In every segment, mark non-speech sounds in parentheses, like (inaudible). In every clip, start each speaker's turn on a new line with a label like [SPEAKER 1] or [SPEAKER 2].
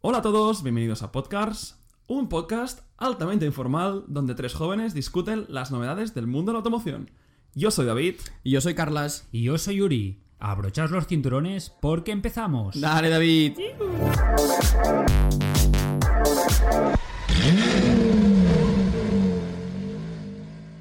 [SPEAKER 1] Hola a todos, bienvenidos a Podcasts, un podcast altamente informal donde tres jóvenes discuten las novedades del mundo de la automoción. Yo soy David.
[SPEAKER 2] Y yo soy Carlas.
[SPEAKER 3] Y yo soy Yuri. Abrochaos los cinturones porque empezamos.
[SPEAKER 2] Dale, David.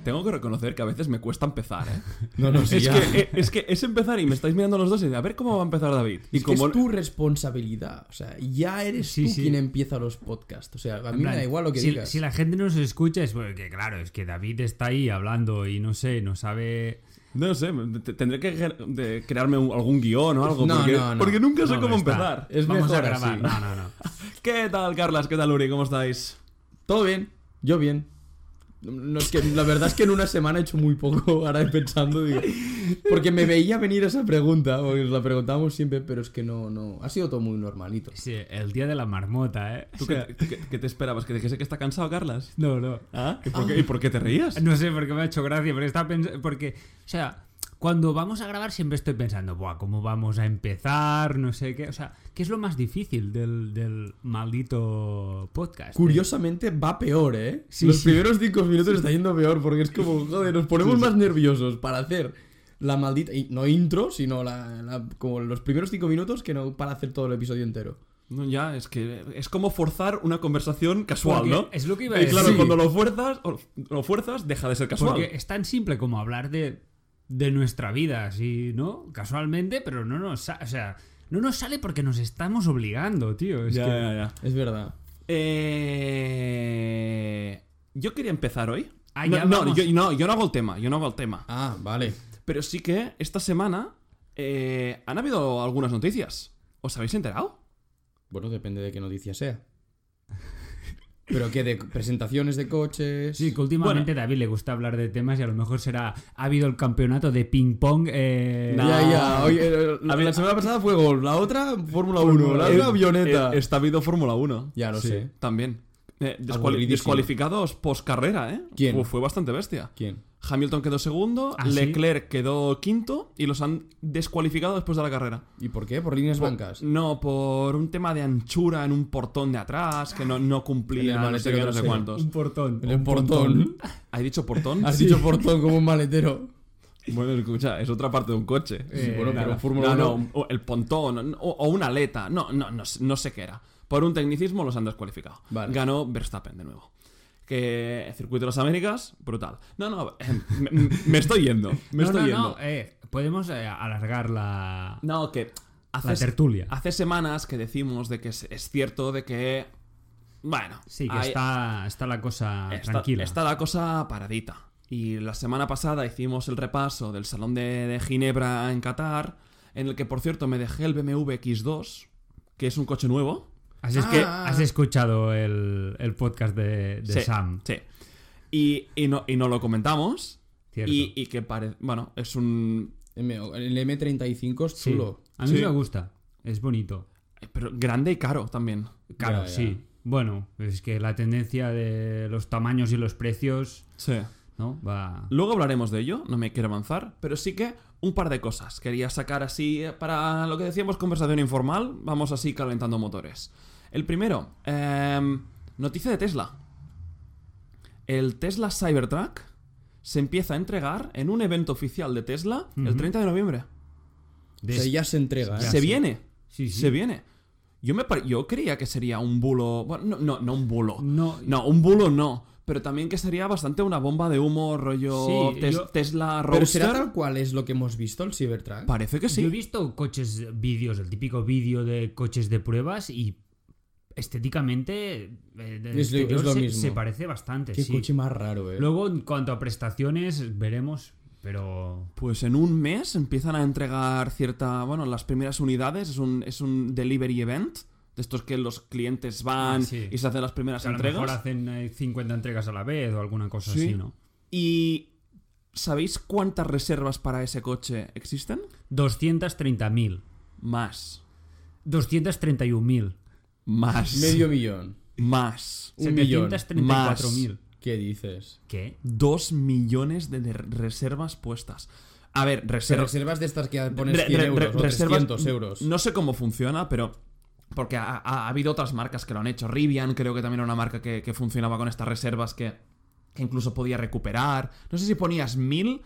[SPEAKER 1] Tengo que reconocer que a veces me cuesta empezar, ¿eh?
[SPEAKER 2] No, no, (laughs) sí,
[SPEAKER 1] es,
[SPEAKER 2] ya.
[SPEAKER 1] que, eh, es que es empezar y me estáis mirando los dos y de a ver cómo va a empezar David. Y
[SPEAKER 2] Es que es tu responsabilidad. O sea, ya eres
[SPEAKER 3] Sí,
[SPEAKER 2] tú
[SPEAKER 3] sí.
[SPEAKER 2] quien empieza los podcasts. O sea, a mí
[SPEAKER 3] En
[SPEAKER 2] me
[SPEAKER 3] plan,
[SPEAKER 2] da igual lo que
[SPEAKER 3] si,
[SPEAKER 2] digas.
[SPEAKER 3] si la gente nos escucha es porque, claro, es que David está ahí hablando y no sé, no sabe.
[SPEAKER 1] No sé, me- te- tendré que ger- de crearme un- algún guión o algo.
[SPEAKER 2] No,
[SPEAKER 1] porque,
[SPEAKER 2] no, no.
[SPEAKER 1] porque nunca sé
[SPEAKER 3] No,
[SPEAKER 1] cómo
[SPEAKER 3] no está.
[SPEAKER 1] empezar.
[SPEAKER 2] Es
[SPEAKER 3] Vamos
[SPEAKER 2] mejor
[SPEAKER 3] a grabar.
[SPEAKER 2] así.
[SPEAKER 3] No, no, no.
[SPEAKER 1] ¿Qué tal, Carlas? ¿Qué tal, Uri? ¿Cómo estáis?
[SPEAKER 2] Todo bien, yo bien. No, es que, la verdad es que en una semana he hecho muy poco, (laughs) ahora pensando, digo, porque me veía venir esa pregunta, porque nos la preguntábamos siempre, pero es que no, no, ha sido todo muy normalito.
[SPEAKER 3] Sí, el día de la marmota, ¿eh?
[SPEAKER 1] ¿Tú qué, qué- qué te esperabas? ¿Que dijese que está cansado, Carlas?
[SPEAKER 3] No, no.
[SPEAKER 1] ¿Ah? ¿Y por qué, y por qué te reías?
[SPEAKER 3] No sé por qué me ha hecho gracia, pero estaba pensando. Porque, o sea, cuando vamos a grabar siempre estoy pensando, Buah, ¿cómo vamos a empezar? No sé qué. O sea, ¿qué es lo más difícil del, del maldito podcast?
[SPEAKER 2] Curiosamente va peor, ¿eh?
[SPEAKER 3] Este- Sí,
[SPEAKER 2] Los
[SPEAKER 3] sí.
[SPEAKER 2] primeros cinco minutos está yendo peor, porque es como, joder, nos ponemos más nerviosos para hacer la maldita, y no intro, sino la, la- como los primeros cinco minutos que no para hacer todo el episodio entero.
[SPEAKER 1] No, ya, es que es como forzar una conversación casual,
[SPEAKER 3] Porque
[SPEAKER 1] ¿no?
[SPEAKER 3] es lo que iba a
[SPEAKER 1] Y claro,
[SPEAKER 3] decir.
[SPEAKER 1] cuando lo fuerzas, o- lo fuerzas, deja de ser casual.
[SPEAKER 3] Porque es tan simple como hablar de, de nuestra vida, así, ¿no? Casualmente, pero no nos, sa- o sea, no nos sale porque nos estamos obligando, tío. Es
[SPEAKER 1] Ya,
[SPEAKER 3] que-
[SPEAKER 1] ya, ya.
[SPEAKER 2] Es verdad.
[SPEAKER 1] Eh, Yo quería empezar hoy.
[SPEAKER 3] Ah,
[SPEAKER 1] no,
[SPEAKER 3] ya
[SPEAKER 1] no,
[SPEAKER 3] vamos.
[SPEAKER 1] yo, no, yo no hago el tema, yo no hago el tema.
[SPEAKER 2] Ah, vale.
[SPEAKER 1] Pero sí que esta semana eh, han habido algunas noticias. ¿Os habéis enterado?
[SPEAKER 2] Bueno, depende de qué noticia sea. Pero que de presentaciones de coches.
[SPEAKER 3] Sí, que últimamente a David le gusta hablar de temas y a lo mejor será. Ha habido el campeonato de ping-pong. eh,
[SPEAKER 1] No.
[SPEAKER 2] Ya, ya. Oye, eh,
[SPEAKER 1] A
[SPEAKER 2] la,
[SPEAKER 1] ver,
[SPEAKER 2] la semana pasada fue gol, la otra Fórmula 1, la
[SPEAKER 1] Eh,
[SPEAKER 2] otra avioneta.
[SPEAKER 1] eh, está habido Fórmula 1.
[SPEAKER 2] Ya lo sé.
[SPEAKER 1] También. Eh, descuali-
[SPEAKER 2] Aburridísimo.
[SPEAKER 1] descualificados post carrera, ¿eh?
[SPEAKER 2] ¿Quién?
[SPEAKER 1] Fue, fue bastante bestia.
[SPEAKER 2] ¿Quién?
[SPEAKER 1] Hamilton quedó segundo,
[SPEAKER 3] ¿Ah, sí?
[SPEAKER 1] Leclerc quedó quinto y los han descualificado después de la carrera.
[SPEAKER 2] ¿Y por qué? ¿Por líneas blancas?
[SPEAKER 1] No, por un tema de anchura en un portón de atrás que no, no cumplía
[SPEAKER 2] En
[SPEAKER 1] no
[SPEAKER 2] el
[SPEAKER 1] sé
[SPEAKER 3] este
[SPEAKER 2] maletero
[SPEAKER 1] qué, no sé
[SPEAKER 2] trasero.
[SPEAKER 1] cuántos.
[SPEAKER 3] Un portón.
[SPEAKER 2] El
[SPEAKER 3] un (laughs)
[SPEAKER 2] portón.
[SPEAKER 1] ¿Has dicho portón?
[SPEAKER 3] Ah,
[SPEAKER 2] Has dicho portón como un maletero.
[SPEAKER 1] Bueno, escucha, es otra parte de un coche.
[SPEAKER 3] Eh,
[SPEAKER 2] bueno, pero
[SPEAKER 3] nada.
[SPEAKER 2] Fórmula
[SPEAKER 1] no,
[SPEAKER 2] 1.
[SPEAKER 1] no, o el pontón o, o una aleta. No, no, no, sé- no sé qué era. Por un tecnicismo los han descualificado.
[SPEAKER 2] Vale.
[SPEAKER 1] Ganó Verstappen de nuevo. Que circuito de las Américas, brutal. No, no, (laughs) me, me estoy yendo. Me
[SPEAKER 3] no,
[SPEAKER 1] estoy
[SPEAKER 3] no,
[SPEAKER 1] yendo.
[SPEAKER 3] no, eh, podemos eh, alargar la,
[SPEAKER 1] No, que hace,
[SPEAKER 3] la tertulia.
[SPEAKER 1] hace semanas que decimos de que es, es cierto de que. Bueno,
[SPEAKER 3] Sí, que
[SPEAKER 1] hay-
[SPEAKER 3] está, está la cosa
[SPEAKER 1] está-
[SPEAKER 3] tranquila.
[SPEAKER 1] está la cosa paradita. Y la semana pasada hicimos el repaso del Salón de, de Ginebra en Qatar, en el que por cierto me dejé el BMW X2, que es un coche nuevo.
[SPEAKER 3] ¿Has, es- que-
[SPEAKER 2] Ah.
[SPEAKER 3] has escuchado el, el podcast de, de
[SPEAKER 1] Sí,
[SPEAKER 3] Sam.
[SPEAKER 1] Sí. Y, y no, y no lo comentamos.
[SPEAKER 3] Cierto.
[SPEAKER 1] Y, y que parece. Bueno, es un.
[SPEAKER 2] M- El M35 es
[SPEAKER 3] Sí.
[SPEAKER 2] chulo.
[SPEAKER 3] A mí
[SPEAKER 1] Sí.
[SPEAKER 3] me gusta. Es bonito.
[SPEAKER 1] Pero grande y caro también.
[SPEAKER 3] Claro,
[SPEAKER 2] Ya, ya.
[SPEAKER 3] sí. Bueno, es que la tendencia de los tamaños y los precios,
[SPEAKER 1] Sí.
[SPEAKER 3] ¿no? Va.
[SPEAKER 1] Luego hablaremos de ello, no me quiero avanzar, pero sí que un par de cosas. Quería sacar así, eh, para lo que decíamos, conversación informal, vamos así calentando motores. El primero, em, noticia de Tesla. El Tesla Cybertruck se empieza a entregar en un evento oficial de Tesla el 30 de noviembre.
[SPEAKER 3] de-
[SPEAKER 2] O sea, ya se entrega, ¿eh?
[SPEAKER 3] Ya
[SPEAKER 1] se
[SPEAKER 3] Ah, sí.
[SPEAKER 1] viene,
[SPEAKER 3] Sí, sí.
[SPEAKER 1] se viene. Yo, me pare- yo creía que sería un bulo... Bueno, no, no, no un bulo.
[SPEAKER 3] No,
[SPEAKER 1] No, un bulo no. Pero también que sería bastante una bomba de humo, rollo
[SPEAKER 3] Sí,
[SPEAKER 1] tes-
[SPEAKER 3] yo-
[SPEAKER 1] Tesla
[SPEAKER 2] Pero
[SPEAKER 1] Roadster.
[SPEAKER 2] será tal cual es lo que hemos visto el Cybertruck.
[SPEAKER 1] Parece que
[SPEAKER 3] Yo he
[SPEAKER 1] sí.
[SPEAKER 3] visto coches, vídeos, el típico vídeo de coches de pruebas y estéticamente eh, del
[SPEAKER 2] Es lo-
[SPEAKER 3] exterior
[SPEAKER 2] es lo
[SPEAKER 3] se,
[SPEAKER 2] mismo.
[SPEAKER 3] se parece bastante.
[SPEAKER 2] Qué
[SPEAKER 3] sí.
[SPEAKER 2] coche más raro, eh.
[SPEAKER 3] Luego, en cuanto a prestaciones, veremos, pero...
[SPEAKER 1] Pues en un mes empiezan a entregar cierta. Bueno, las primeras unidades. Es un, es un delivery event. De estos que los clientes van
[SPEAKER 3] Ah, sí.
[SPEAKER 1] y se hacen las primeras
[SPEAKER 3] A lo
[SPEAKER 1] entregas.
[SPEAKER 3] mejor hacen eh, 50 entregas a la vez o alguna cosa
[SPEAKER 1] Sí.
[SPEAKER 3] así, ¿no?
[SPEAKER 1] Y. ¿Sabéis cuántas reservas para ese coche existen?
[SPEAKER 3] 230.000.
[SPEAKER 1] Más.
[SPEAKER 3] 231.000.
[SPEAKER 1] Más.
[SPEAKER 2] Medio millón.
[SPEAKER 1] Más.
[SPEAKER 2] Un millón.
[SPEAKER 3] 734.000.
[SPEAKER 2] ¿Qué dices?
[SPEAKER 3] ¿Qué?
[SPEAKER 1] Dos millones de de reservas puestas. A ver,
[SPEAKER 2] Se
[SPEAKER 1] reservas.
[SPEAKER 2] reservas de estas que pones
[SPEAKER 1] Re-
[SPEAKER 2] 100
[SPEAKER 1] re-
[SPEAKER 2] euros
[SPEAKER 1] re-
[SPEAKER 2] o
[SPEAKER 1] reservas-
[SPEAKER 2] 300 euros.
[SPEAKER 1] No sé cómo funciona, pero Porque ha, ha- ha habido otras marcas que lo han hecho. Rivian creo que también era una marca que, que funcionaba con estas reservas que, que incluso podía recuperar. No sé si ponías mil,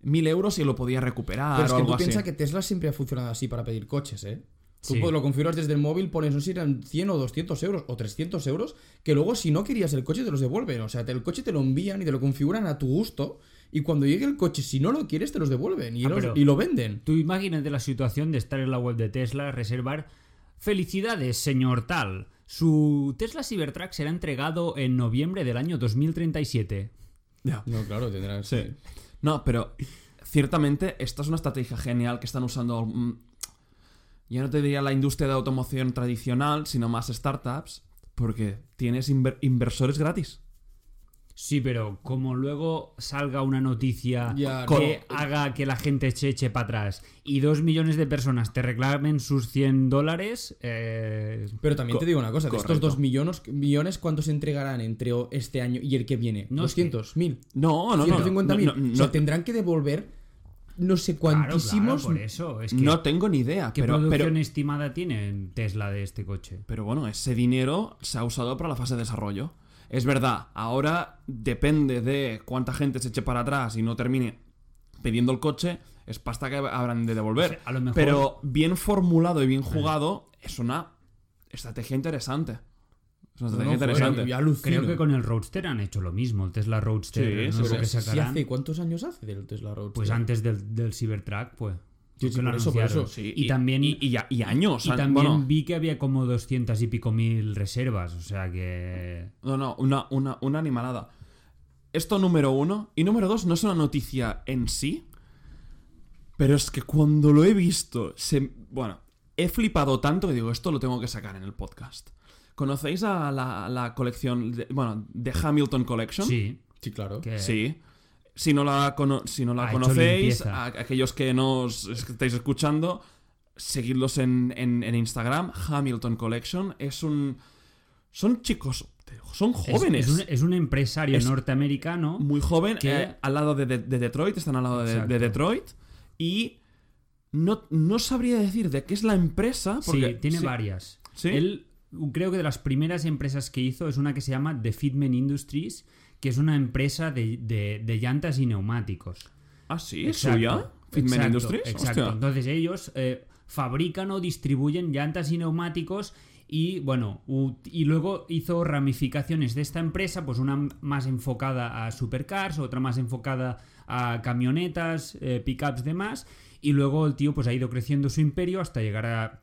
[SPEAKER 1] mil euros y lo podías recuperar
[SPEAKER 2] Pero es
[SPEAKER 1] o
[SPEAKER 2] que
[SPEAKER 1] algo
[SPEAKER 2] tú
[SPEAKER 1] así.
[SPEAKER 2] piensas que Tesla siempre ha funcionado así para pedir coches, ¿eh? Tú
[SPEAKER 3] Sí.
[SPEAKER 2] lo configuras desde el móvil, pones, no sé si eran 100 o 200 euros o 300 euros, que luego si no querías el coche te los devuelven. O sea, te- el coche te lo envían y te lo configuran a tu gusto. Y cuando llegue el coche, si no lo quieres, te los devuelven y,
[SPEAKER 3] Ah,
[SPEAKER 2] los-
[SPEAKER 3] pero-
[SPEAKER 2] y lo venden.
[SPEAKER 3] Tú imagínate la situación de estar en la web de Tesla, reservar. Felicidades, señor tal. Su Tesla Cybertruck será entregado en noviembre del año 2037.
[SPEAKER 1] Ya.
[SPEAKER 2] No, claro, tendrás.
[SPEAKER 1] Sí. No, pero ciertamente esta es una estrategia genial que están usando. mm, Ya no te diría la industria de automoción tradicional, sino más startups, porque tienes inver- inversores gratis.
[SPEAKER 3] Sí, pero como luego salga una noticia
[SPEAKER 2] Ya,
[SPEAKER 3] que
[SPEAKER 2] no.
[SPEAKER 3] haga que la gente se eche para atrás y dos millones de personas te reclamen sus 100 dólares, eh,
[SPEAKER 2] Pero también
[SPEAKER 1] Co-
[SPEAKER 2] te digo una cosa, de estos
[SPEAKER 1] correcto.
[SPEAKER 2] 2 millones, millones, ¿cuántos se entregarán entre o- este año y el que viene?
[SPEAKER 3] No sé.
[SPEAKER 2] 200, 1000,
[SPEAKER 1] No, no, no.
[SPEAKER 2] 150.000.
[SPEAKER 1] no, no,
[SPEAKER 2] o sea,
[SPEAKER 1] no-
[SPEAKER 2] tendrán que devolver no sé
[SPEAKER 3] claro, claro,
[SPEAKER 2] cuantísimos
[SPEAKER 3] por eso. Es que,
[SPEAKER 1] no tengo ni idea,
[SPEAKER 3] ¿Qué
[SPEAKER 1] pero,
[SPEAKER 3] producción
[SPEAKER 1] pero,
[SPEAKER 3] estimada tiene Tesla de este coche?
[SPEAKER 1] pero bueno, ese dinero se ha usado para la fase de desarrollo. Es verdad, ahora depende de cuánta gente se eche para atrás y no termine pidiendo el coche, es pasta que habrán de devolver.
[SPEAKER 3] O sea, a lo mejor-
[SPEAKER 1] Pero bien formulado y bien jugado es una estrategia interesante. Es una
[SPEAKER 2] No,
[SPEAKER 1] estrategia
[SPEAKER 2] no, joder,
[SPEAKER 1] interesante.
[SPEAKER 2] yo alucino.
[SPEAKER 3] Creo que con el Roadster han hecho lo mismo, el Tesla Roadster
[SPEAKER 1] Sí,
[SPEAKER 3] el
[SPEAKER 1] sí,
[SPEAKER 3] nuevo
[SPEAKER 1] sí.
[SPEAKER 3] que
[SPEAKER 2] ¿Y
[SPEAKER 3] sacarán.
[SPEAKER 2] hace cuántos años hace del Tesla Roadster?
[SPEAKER 3] Pues antes del, del Cybertruck, pues.
[SPEAKER 2] Sí, sí,
[SPEAKER 3] que lo
[SPEAKER 2] por eso, por
[SPEAKER 3] anunciaron.
[SPEAKER 2] eso.
[SPEAKER 1] Sí,
[SPEAKER 3] y, también,
[SPEAKER 1] y, y ya- y años.
[SPEAKER 3] y
[SPEAKER 1] o sea,
[SPEAKER 3] también
[SPEAKER 1] bueno,
[SPEAKER 3] vi que había como 200 y pico mil reservas, o sea que.
[SPEAKER 1] no, no, una, una, una animalada. Esto número uno. Y número dos, no es una noticia en sí. Pero es que cuando lo he visto, se, bueno, he flipado tanto que digo, esto lo tengo que sacar en el podcast. ¿Conocéis a la, la colección, de- bueno, de Hamilton Collection?
[SPEAKER 3] Sí.
[SPEAKER 2] Sí, claro.
[SPEAKER 3] que-
[SPEAKER 1] Sí. Si no la, cono- si no la
[SPEAKER 3] Eh. Ha hecho
[SPEAKER 1] conocéis,
[SPEAKER 3] limpieza.
[SPEAKER 1] a- aquellos que nos estáis escuchando, seguidlos en, en- en Instagram, Hamilton Collection. Es un. Son chicos. Son
[SPEAKER 3] es-
[SPEAKER 1] jóvenes.
[SPEAKER 3] Es, un, es un empresario
[SPEAKER 1] Es-
[SPEAKER 3] norteamericano.
[SPEAKER 1] Muy joven.
[SPEAKER 3] que-
[SPEAKER 1] eh, al lado de, de- de Detroit. Están al lado de- de,
[SPEAKER 3] Exacto.
[SPEAKER 1] Detroit. Y. No, no sabría decir de qué es la empresa. Porque,
[SPEAKER 3] sí, tiene
[SPEAKER 1] sí,
[SPEAKER 3] varias.
[SPEAKER 1] Sí.
[SPEAKER 3] Él, creo que de las primeras empresas que hizo es una que se llama The Fitment Industries, que es una empresa de, de- de llantas y neumáticos.
[SPEAKER 1] Ah, sí, es
[SPEAKER 3] Exacto,
[SPEAKER 1] suya. Fitment
[SPEAKER 3] exacto,
[SPEAKER 1] Industries.
[SPEAKER 3] Exacto.
[SPEAKER 1] hostia.
[SPEAKER 3] Entonces ellos eh, fabrican o distribuyen llantas y neumáticos y bueno, u- y luego hizo ramificaciones de esta empresa, pues una m- más enfocada a supercars, otra más enfocada a camionetas, eh, pickups, demás. Y luego el tío pues ha ido creciendo su imperio hasta llegar a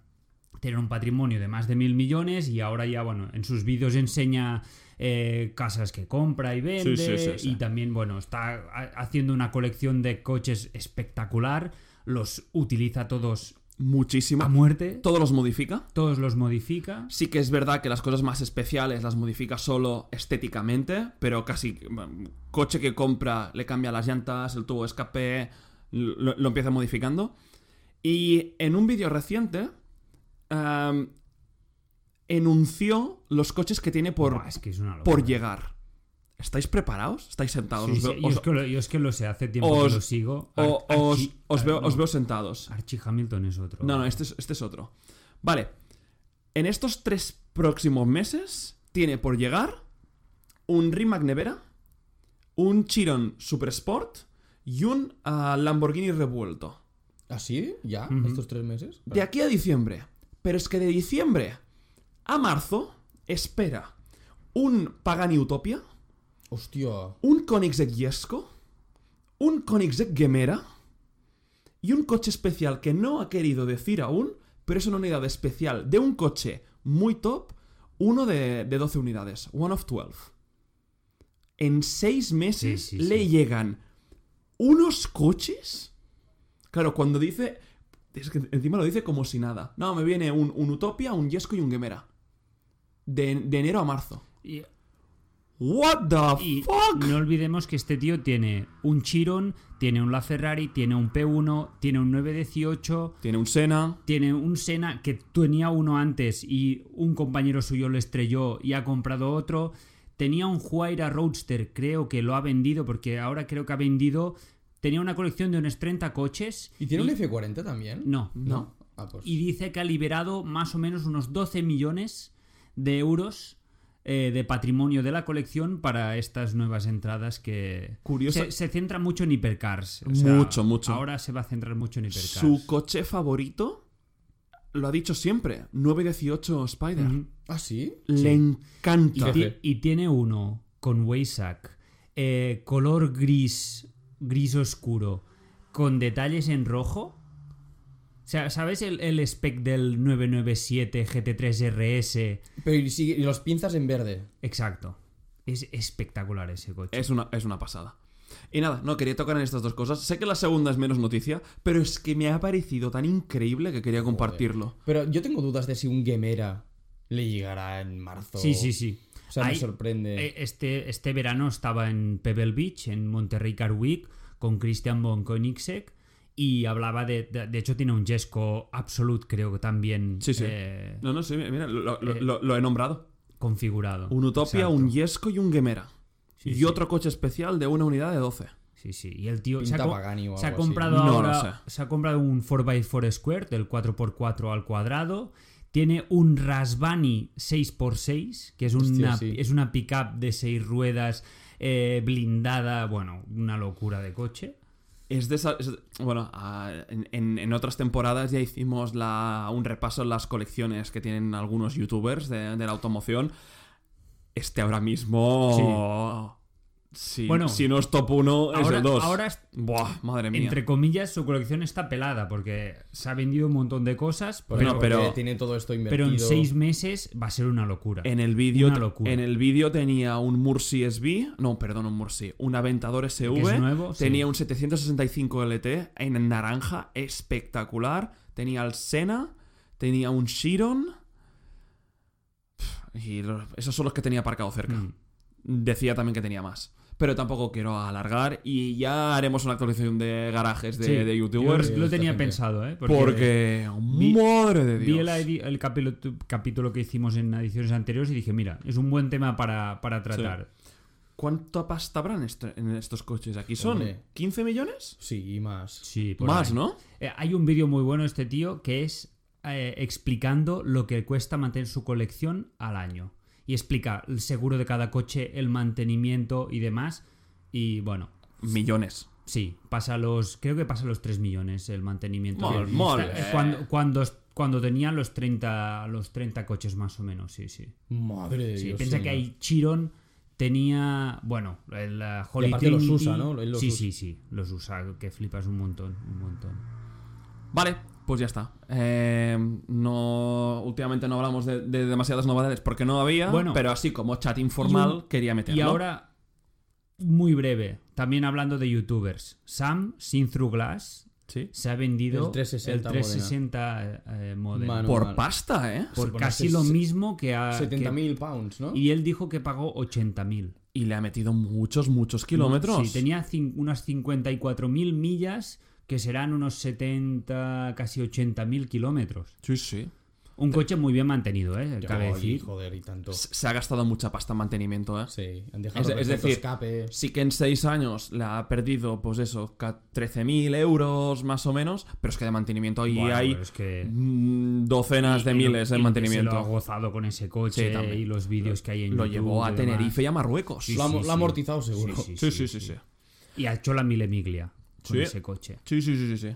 [SPEAKER 3] tener un patrimonio de más de mil millones y ahora ya, bueno, en sus vídeos enseña eh, casas que compra y vende
[SPEAKER 1] Sí, sí, sí, sí.
[SPEAKER 3] y también, bueno, está ha- haciendo una colección de coches espectacular, los utiliza todos
[SPEAKER 1] Muchísimo.
[SPEAKER 3] a muerte,
[SPEAKER 1] Todos los modifica.
[SPEAKER 3] todos los modifica.
[SPEAKER 1] Sí que es verdad que las cosas más especiales las modifica solo estéticamente, pero casi bueno, coche que compra le cambia las llantas, el tubo de escape, lo, lo empieza modificando. Y en un vídeo reciente em, enunció los coches que tiene por,
[SPEAKER 3] Buah, es que es una locura.
[SPEAKER 1] por llegar. ¿Estáis preparados? ¿Estáis sentados?
[SPEAKER 3] Sí,
[SPEAKER 1] Os
[SPEAKER 3] sí,
[SPEAKER 1] veo-
[SPEAKER 3] yo,
[SPEAKER 1] os-
[SPEAKER 3] es que lo, yo es que lo sé, hace tiempo
[SPEAKER 1] os-
[SPEAKER 3] que lo sigo. Ar-
[SPEAKER 1] o- os-
[SPEAKER 3] Archie-
[SPEAKER 1] os veo-
[SPEAKER 3] ah, no,
[SPEAKER 1] os veo sentados.
[SPEAKER 3] Archie Hamilton es otro.
[SPEAKER 1] No, no, este es, este es otro. Vale. En estos tres próximos meses tiene por llegar un Rimac Nevera, un Chiron Super Sport y un ah, Lamborghini revuelto.
[SPEAKER 2] ¿Así? ¿Ah, ¿Ya?
[SPEAKER 3] Ujú.
[SPEAKER 2] ¿Estos tres meses?
[SPEAKER 1] De aquí a diciembre. Pero es que de diciembre a marzo espera un Pagani Utopia,
[SPEAKER 2] Hostia.
[SPEAKER 1] un Koenigsegg Jesko, un Koenigsegg Gemera y un coche especial que no ha querido decir aún, pero es una unidad especial de un coche muy top, uno de, de 12 unidades, one of 12. En seis meses
[SPEAKER 3] Sí, sí,
[SPEAKER 1] le
[SPEAKER 3] sí.
[SPEAKER 1] llegan unos coches. Claro, cuando dice... Es que encima lo dice como si nada. No, me viene un, un Utopia, un Jesko y un Gemera. De, de enero a marzo.
[SPEAKER 3] Y-
[SPEAKER 1] What the
[SPEAKER 3] Y
[SPEAKER 1] fuck?
[SPEAKER 3] no olvidemos que este tío tiene un Chiron, tiene un LaFerrari, tiene un P1, tiene un 918,
[SPEAKER 1] Tiene un Sena.
[SPEAKER 3] tiene un Sena que tenía uno antes y un compañero suyo lo estrelló y ha comprado otro. Tenía un Huayra Roadster, creo que lo ha vendido porque ahora creo que ha vendido. Tenía una colección de unos 30 coches.
[SPEAKER 2] ¿Y tiene un F40 también?
[SPEAKER 3] No, no.
[SPEAKER 1] No.
[SPEAKER 2] Ah, pues.
[SPEAKER 3] y dice que ha liberado más o menos unos 12 millones de euros eh, de patrimonio de la colección para estas nuevas entradas que...
[SPEAKER 1] Curiosa-
[SPEAKER 3] Se, se centra mucho en hipercars. o sea,
[SPEAKER 1] Mucho, mucho.
[SPEAKER 3] Ahora se va a centrar mucho en hipercars.
[SPEAKER 1] Su coche favorito lo ha dicho siempre: 918 Spider.
[SPEAKER 3] Ujú.
[SPEAKER 2] ¿Ah, sí?
[SPEAKER 1] Le
[SPEAKER 3] Y,
[SPEAKER 1] encanta.
[SPEAKER 2] Sí.
[SPEAKER 3] ti- y tiene uno con Waysack, eh, color gris, gris oscuro, con detalles en rojo. O sea, ¿sabes el, el spec del 997 GT3 RS?
[SPEAKER 2] Pero y, sigue- y los pinzas en verde.
[SPEAKER 3] Exacto. Es espectacular ese coche.
[SPEAKER 1] Es una, es una pasada. Y nada, no quería tocar en estas dos cosas. Sé que la segunda es menos noticia, pero es que me ha parecido tan increíble que quería compartirlo.
[SPEAKER 2] Pero yo tengo dudas de si un Gemera le llegará en marzo.
[SPEAKER 3] Sí, sí, sí.
[SPEAKER 2] O sea, me
[SPEAKER 3] Ahí-
[SPEAKER 2] sorprende.
[SPEAKER 3] Eh, Este, este verano estaba en Pebble Beach, en Monterrey Car Week, con Christian von Koenigsegg. Y hablaba de, de. de hecho, tiene un Jesco Absolute, creo que también.
[SPEAKER 1] Sí, sí.
[SPEAKER 3] eh,
[SPEAKER 1] No, no, sí, mira, lo, lo-
[SPEAKER 3] Eh.
[SPEAKER 1] lo- lo he nombrado.
[SPEAKER 3] configurado.
[SPEAKER 1] Un Utopia,
[SPEAKER 3] Exacto.
[SPEAKER 1] un Yesco y un Gemera.
[SPEAKER 3] Sí,
[SPEAKER 1] y
[SPEAKER 3] sí.
[SPEAKER 1] otro coche especial de una unidad de 12.
[SPEAKER 3] Sí, sí. Y el tío se
[SPEAKER 2] Pinta
[SPEAKER 3] ha, co-
[SPEAKER 2] Pagani o
[SPEAKER 3] se ha
[SPEAKER 2] algo así.
[SPEAKER 3] comprado
[SPEAKER 1] No lo
[SPEAKER 3] ahora-
[SPEAKER 1] sé.
[SPEAKER 3] se ha comprado un 4x4 Square del 4x4 al cuadrado. Tiene un Rasbani 6x6, que es una,
[SPEAKER 2] sí.
[SPEAKER 3] es una pickup de seis ruedas eh, blindada. Bueno, una locura de coche.
[SPEAKER 1] Es de esa- es de- bueno, ah, en, en- en otras temporadas ya hicimos la- un repaso en las colecciones que tienen algunos youtubers de, de la automoción. Este ahora mismo... Si,
[SPEAKER 3] Bueno,
[SPEAKER 1] si no es top 1, es
[SPEAKER 3] ahora-
[SPEAKER 1] el 2.
[SPEAKER 3] ahora es-
[SPEAKER 1] Buah, madre mía.
[SPEAKER 3] Entre comillas, su colección está pelada porque se ha vendido un montón de cosas,
[SPEAKER 2] Porque-
[SPEAKER 1] Bueno,
[SPEAKER 3] pero,
[SPEAKER 2] porque
[SPEAKER 1] pero-
[SPEAKER 2] tiene todo esto invertido.
[SPEAKER 3] pero en seis meses va a ser una locura.
[SPEAKER 1] En el vídeo
[SPEAKER 3] Una locura.
[SPEAKER 1] en el vídeo tenía un Mursi SB, no, perdón, un Mursi, un Aventador SV,
[SPEAKER 3] Que es nuevo, sí.
[SPEAKER 1] tenía un 765 LT en naranja, espectacular, tenía el Sena, tenía un Chiron Pf, y los- esos son los que tenía aparcado cerca.
[SPEAKER 3] Mm.
[SPEAKER 1] Decía también que tenía más. Pero tampoco quiero alargar y ya haremos una actualización de garajes de,
[SPEAKER 3] Sí,
[SPEAKER 1] de youtubers.
[SPEAKER 3] yo
[SPEAKER 2] Sí,
[SPEAKER 3] Lo
[SPEAKER 2] esta
[SPEAKER 3] tenía
[SPEAKER 2] gente.
[SPEAKER 3] pensado, ¿eh?
[SPEAKER 1] Porque,
[SPEAKER 3] vi-
[SPEAKER 1] madre de Dios.
[SPEAKER 3] Vi el, edi- el capítulo- tu- capítulo que hicimos en ediciones anteriores y dije, mira, es un buen tema para, para tratar.
[SPEAKER 1] ¿Cuánta pasta habrán est- en estos coches? Aquí son
[SPEAKER 2] Hombre.
[SPEAKER 1] 15 millones.
[SPEAKER 2] Sí, y más.
[SPEAKER 3] Sí, por
[SPEAKER 1] Más,
[SPEAKER 3] ahí.
[SPEAKER 1] ¿no?
[SPEAKER 3] Eh, hay un vídeo muy bueno de este tío que es eh, explicando lo que cuesta mantener su colección al año. Y explica el seguro de cada coche, el mantenimiento y demás. Y bueno,
[SPEAKER 1] Millones.
[SPEAKER 3] sí, pasa los. Creo que pasa los 3 millones el mantenimiento.
[SPEAKER 1] Mol,
[SPEAKER 3] Que-
[SPEAKER 1] mol,
[SPEAKER 3] eh,
[SPEAKER 1] eh.
[SPEAKER 3] Cuando, cuando, cuando tenían los 30, los 30 coches más o menos, sí, sí.
[SPEAKER 2] Madre de
[SPEAKER 3] Sí,
[SPEAKER 2] Dios.
[SPEAKER 3] piensa que
[SPEAKER 2] señor.
[SPEAKER 3] ahí Chiron tenía, bueno, el eh,
[SPEAKER 2] Y
[SPEAKER 3] Holy
[SPEAKER 2] aparte los
[SPEAKER 3] Trinity.
[SPEAKER 2] usa, ¿no? Él los
[SPEAKER 3] sí,
[SPEAKER 2] usa.
[SPEAKER 3] sí, sí, los usa, que flipas un montón, un montón.
[SPEAKER 1] Vale, pues ya está. Eh, no, últimamente no hablamos de, de demasiadas novedades porque no había,
[SPEAKER 3] Bueno.
[SPEAKER 1] pero así como chat informal
[SPEAKER 3] Y un-
[SPEAKER 1] quería meterlo.
[SPEAKER 3] Y ahora, muy breve, también hablando de youtubers, Sam Sin Through Glass
[SPEAKER 1] Sí.
[SPEAKER 3] se ha vendido
[SPEAKER 2] El 360
[SPEAKER 3] el 360 eh, modelo
[SPEAKER 2] Mano.
[SPEAKER 1] Por
[SPEAKER 2] Normal.
[SPEAKER 1] pasta, ¿eh?
[SPEAKER 3] por
[SPEAKER 2] Se pone
[SPEAKER 3] casi
[SPEAKER 2] ses-
[SPEAKER 3] lo mismo que a... que-
[SPEAKER 2] 70.000 pounds, ¿no?
[SPEAKER 3] y él dijo que pagó 80.000.
[SPEAKER 1] Y le ha metido muchos, muchos kilómetros.
[SPEAKER 3] Sí, tenía cin- unas 54.000 millas, que serán unos 70, casi 80.000 kilómetros.
[SPEAKER 1] sí. sí.
[SPEAKER 3] Un coche muy bien mantenido, ¿eh?
[SPEAKER 2] Ya,
[SPEAKER 3] Cabe
[SPEAKER 2] oye,
[SPEAKER 3] decir.
[SPEAKER 2] joder, y tanto.
[SPEAKER 1] Se se ha gastado mucha pasta en mantenimiento, ¿eh?
[SPEAKER 2] Sí, han dejado
[SPEAKER 1] Es- es
[SPEAKER 2] perfecto
[SPEAKER 1] decir,
[SPEAKER 2] escape.
[SPEAKER 1] Sí que en seis años la ha perdido, pues eso, ca- 13.000 euros más o menos, pero es que de mantenimiento ahí
[SPEAKER 3] Bueno,
[SPEAKER 1] hay
[SPEAKER 3] es que...
[SPEAKER 1] mm, docenas de
[SPEAKER 3] y lo-
[SPEAKER 1] miles
[SPEAKER 3] y
[SPEAKER 1] en
[SPEAKER 3] que
[SPEAKER 1] mantenimiento.
[SPEAKER 3] Se lo ha gozado con ese coche
[SPEAKER 1] Sí, también.
[SPEAKER 3] y los vídeos que hay en
[SPEAKER 1] Lo
[SPEAKER 3] YouTube
[SPEAKER 1] llevó
[SPEAKER 3] y
[SPEAKER 1] a
[SPEAKER 3] demás.
[SPEAKER 1] Tenerife y a Marruecos.
[SPEAKER 3] Sí,
[SPEAKER 2] Lo ha-
[SPEAKER 3] sí,
[SPEAKER 2] lo ha
[SPEAKER 3] sí.
[SPEAKER 2] amortizado seguro.
[SPEAKER 1] Sí, sí, sí, sí.
[SPEAKER 3] Y ha hecho la milemiglia con
[SPEAKER 1] Sí.
[SPEAKER 3] ese coche.
[SPEAKER 1] Sí, sí, sí, sí, sí.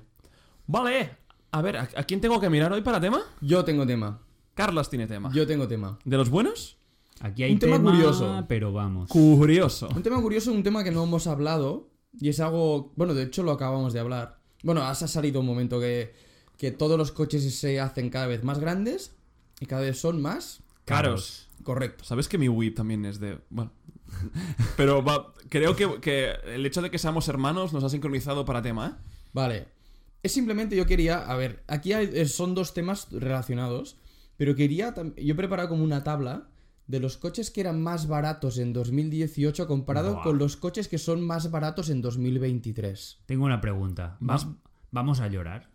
[SPEAKER 1] Vale, a ver, ¿a, a quién tengo que mirar hoy para tema?
[SPEAKER 2] Yo tengo tema.
[SPEAKER 1] Carlos tiene
[SPEAKER 3] Ah.
[SPEAKER 1] tema.
[SPEAKER 2] Yo tengo tema.
[SPEAKER 1] ¿De los buenos?
[SPEAKER 3] Aquí hay
[SPEAKER 2] Un tema curioso.
[SPEAKER 3] pero vamos.
[SPEAKER 1] Curioso.
[SPEAKER 2] Un tema curioso, un tema que no hemos hablado y es algo, bueno, de hecho lo acabamos de hablar. Bueno, has ha salido un momento que, que todos los coches se hacen cada vez más grandes y cada vez son más
[SPEAKER 1] Caros.
[SPEAKER 2] correctos.
[SPEAKER 1] ¿Sabes que mi whip también es de... Bueno. Pero va- creo que, que el hecho de que seamos hermanos nos ha sincronizado para tema, ¿eh?
[SPEAKER 2] Vale. Es simplemente yo quería, a ver, aquí hay- eh, son dos temas relacionados, pero quería, tam- yo he preparado como una tabla de los coches que eran más baratos en 2018 comparado
[SPEAKER 3] Buah.
[SPEAKER 2] con los coches que son más baratos en 2023.
[SPEAKER 3] Tengo una pregunta. ¿Va-
[SPEAKER 1] Vas-
[SPEAKER 3] ¿Vamos a llorar?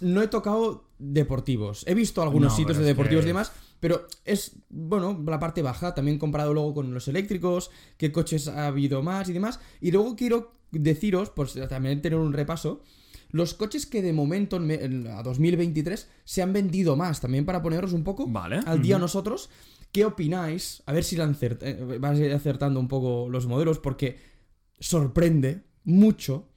[SPEAKER 2] No he tocado deportivos. He visto algunos
[SPEAKER 3] No,
[SPEAKER 2] sitios
[SPEAKER 3] pero
[SPEAKER 2] de
[SPEAKER 3] es
[SPEAKER 2] deportivos
[SPEAKER 3] que-
[SPEAKER 2] y demás, pero es, bueno, la parte baja. También comparado luego con los eléctricos, qué coches ha habido más y demás. Y luego quiero deciros, pues también tener un repaso, los coches que de momento en me- en- a 2023 se han vendido más, también para poneros un poco
[SPEAKER 1] Vale.
[SPEAKER 2] al día nosotros. ¿Qué opináis? A ver si la ancert- eh, vais a ir acertando un poco los modelos porque sorprende mucho.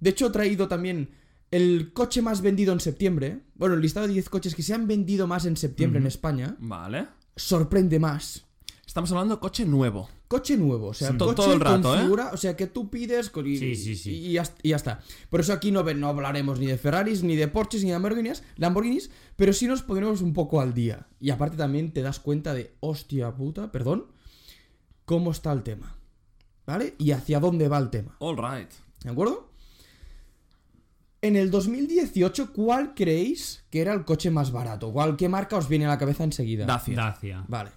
[SPEAKER 2] De hecho, he traído también el coche más vendido en septiembre. Bueno, el listado de 10 coches que se han vendido más en septiembre en España.
[SPEAKER 1] Vale.
[SPEAKER 2] Sorprende más.
[SPEAKER 1] Estamos hablando de coche nuevo.
[SPEAKER 2] Coche nuevo, o sea,
[SPEAKER 1] Sí. To-
[SPEAKER 2] coche
[SPEAKER 1] todo el rato, ¿eh?
[SPEAKER 2] con figura, o sea, que tú pides con- y,
[SPEAKER 3] Sí, sí, sí.
[SPEAKER 2] y ya, y ya está. Por eso aquí no, ve- no hablaremos ni de Ferraris, ni de Porsches, ni de Lamborghinis, Lamborghinis, pero sí nos pondremos un poco al día. Y aparte también te das cuenta de, hostia puta, perdón, cómo está el tema, ¿vale? Y hacia dónde va el tema,
[SPEAKER 1] All right.
[SPEAKER 2] ¿de acuerdo? En el 2018, ¿cuál creéis que era el coche más barato? ¿Cuál, ¿Qué marca os viene a la cabeza enseguida?
[SPEAKER 1] Dacia.
[SPEAKER 3] Dacia.
[SPEAKER 2] Vale,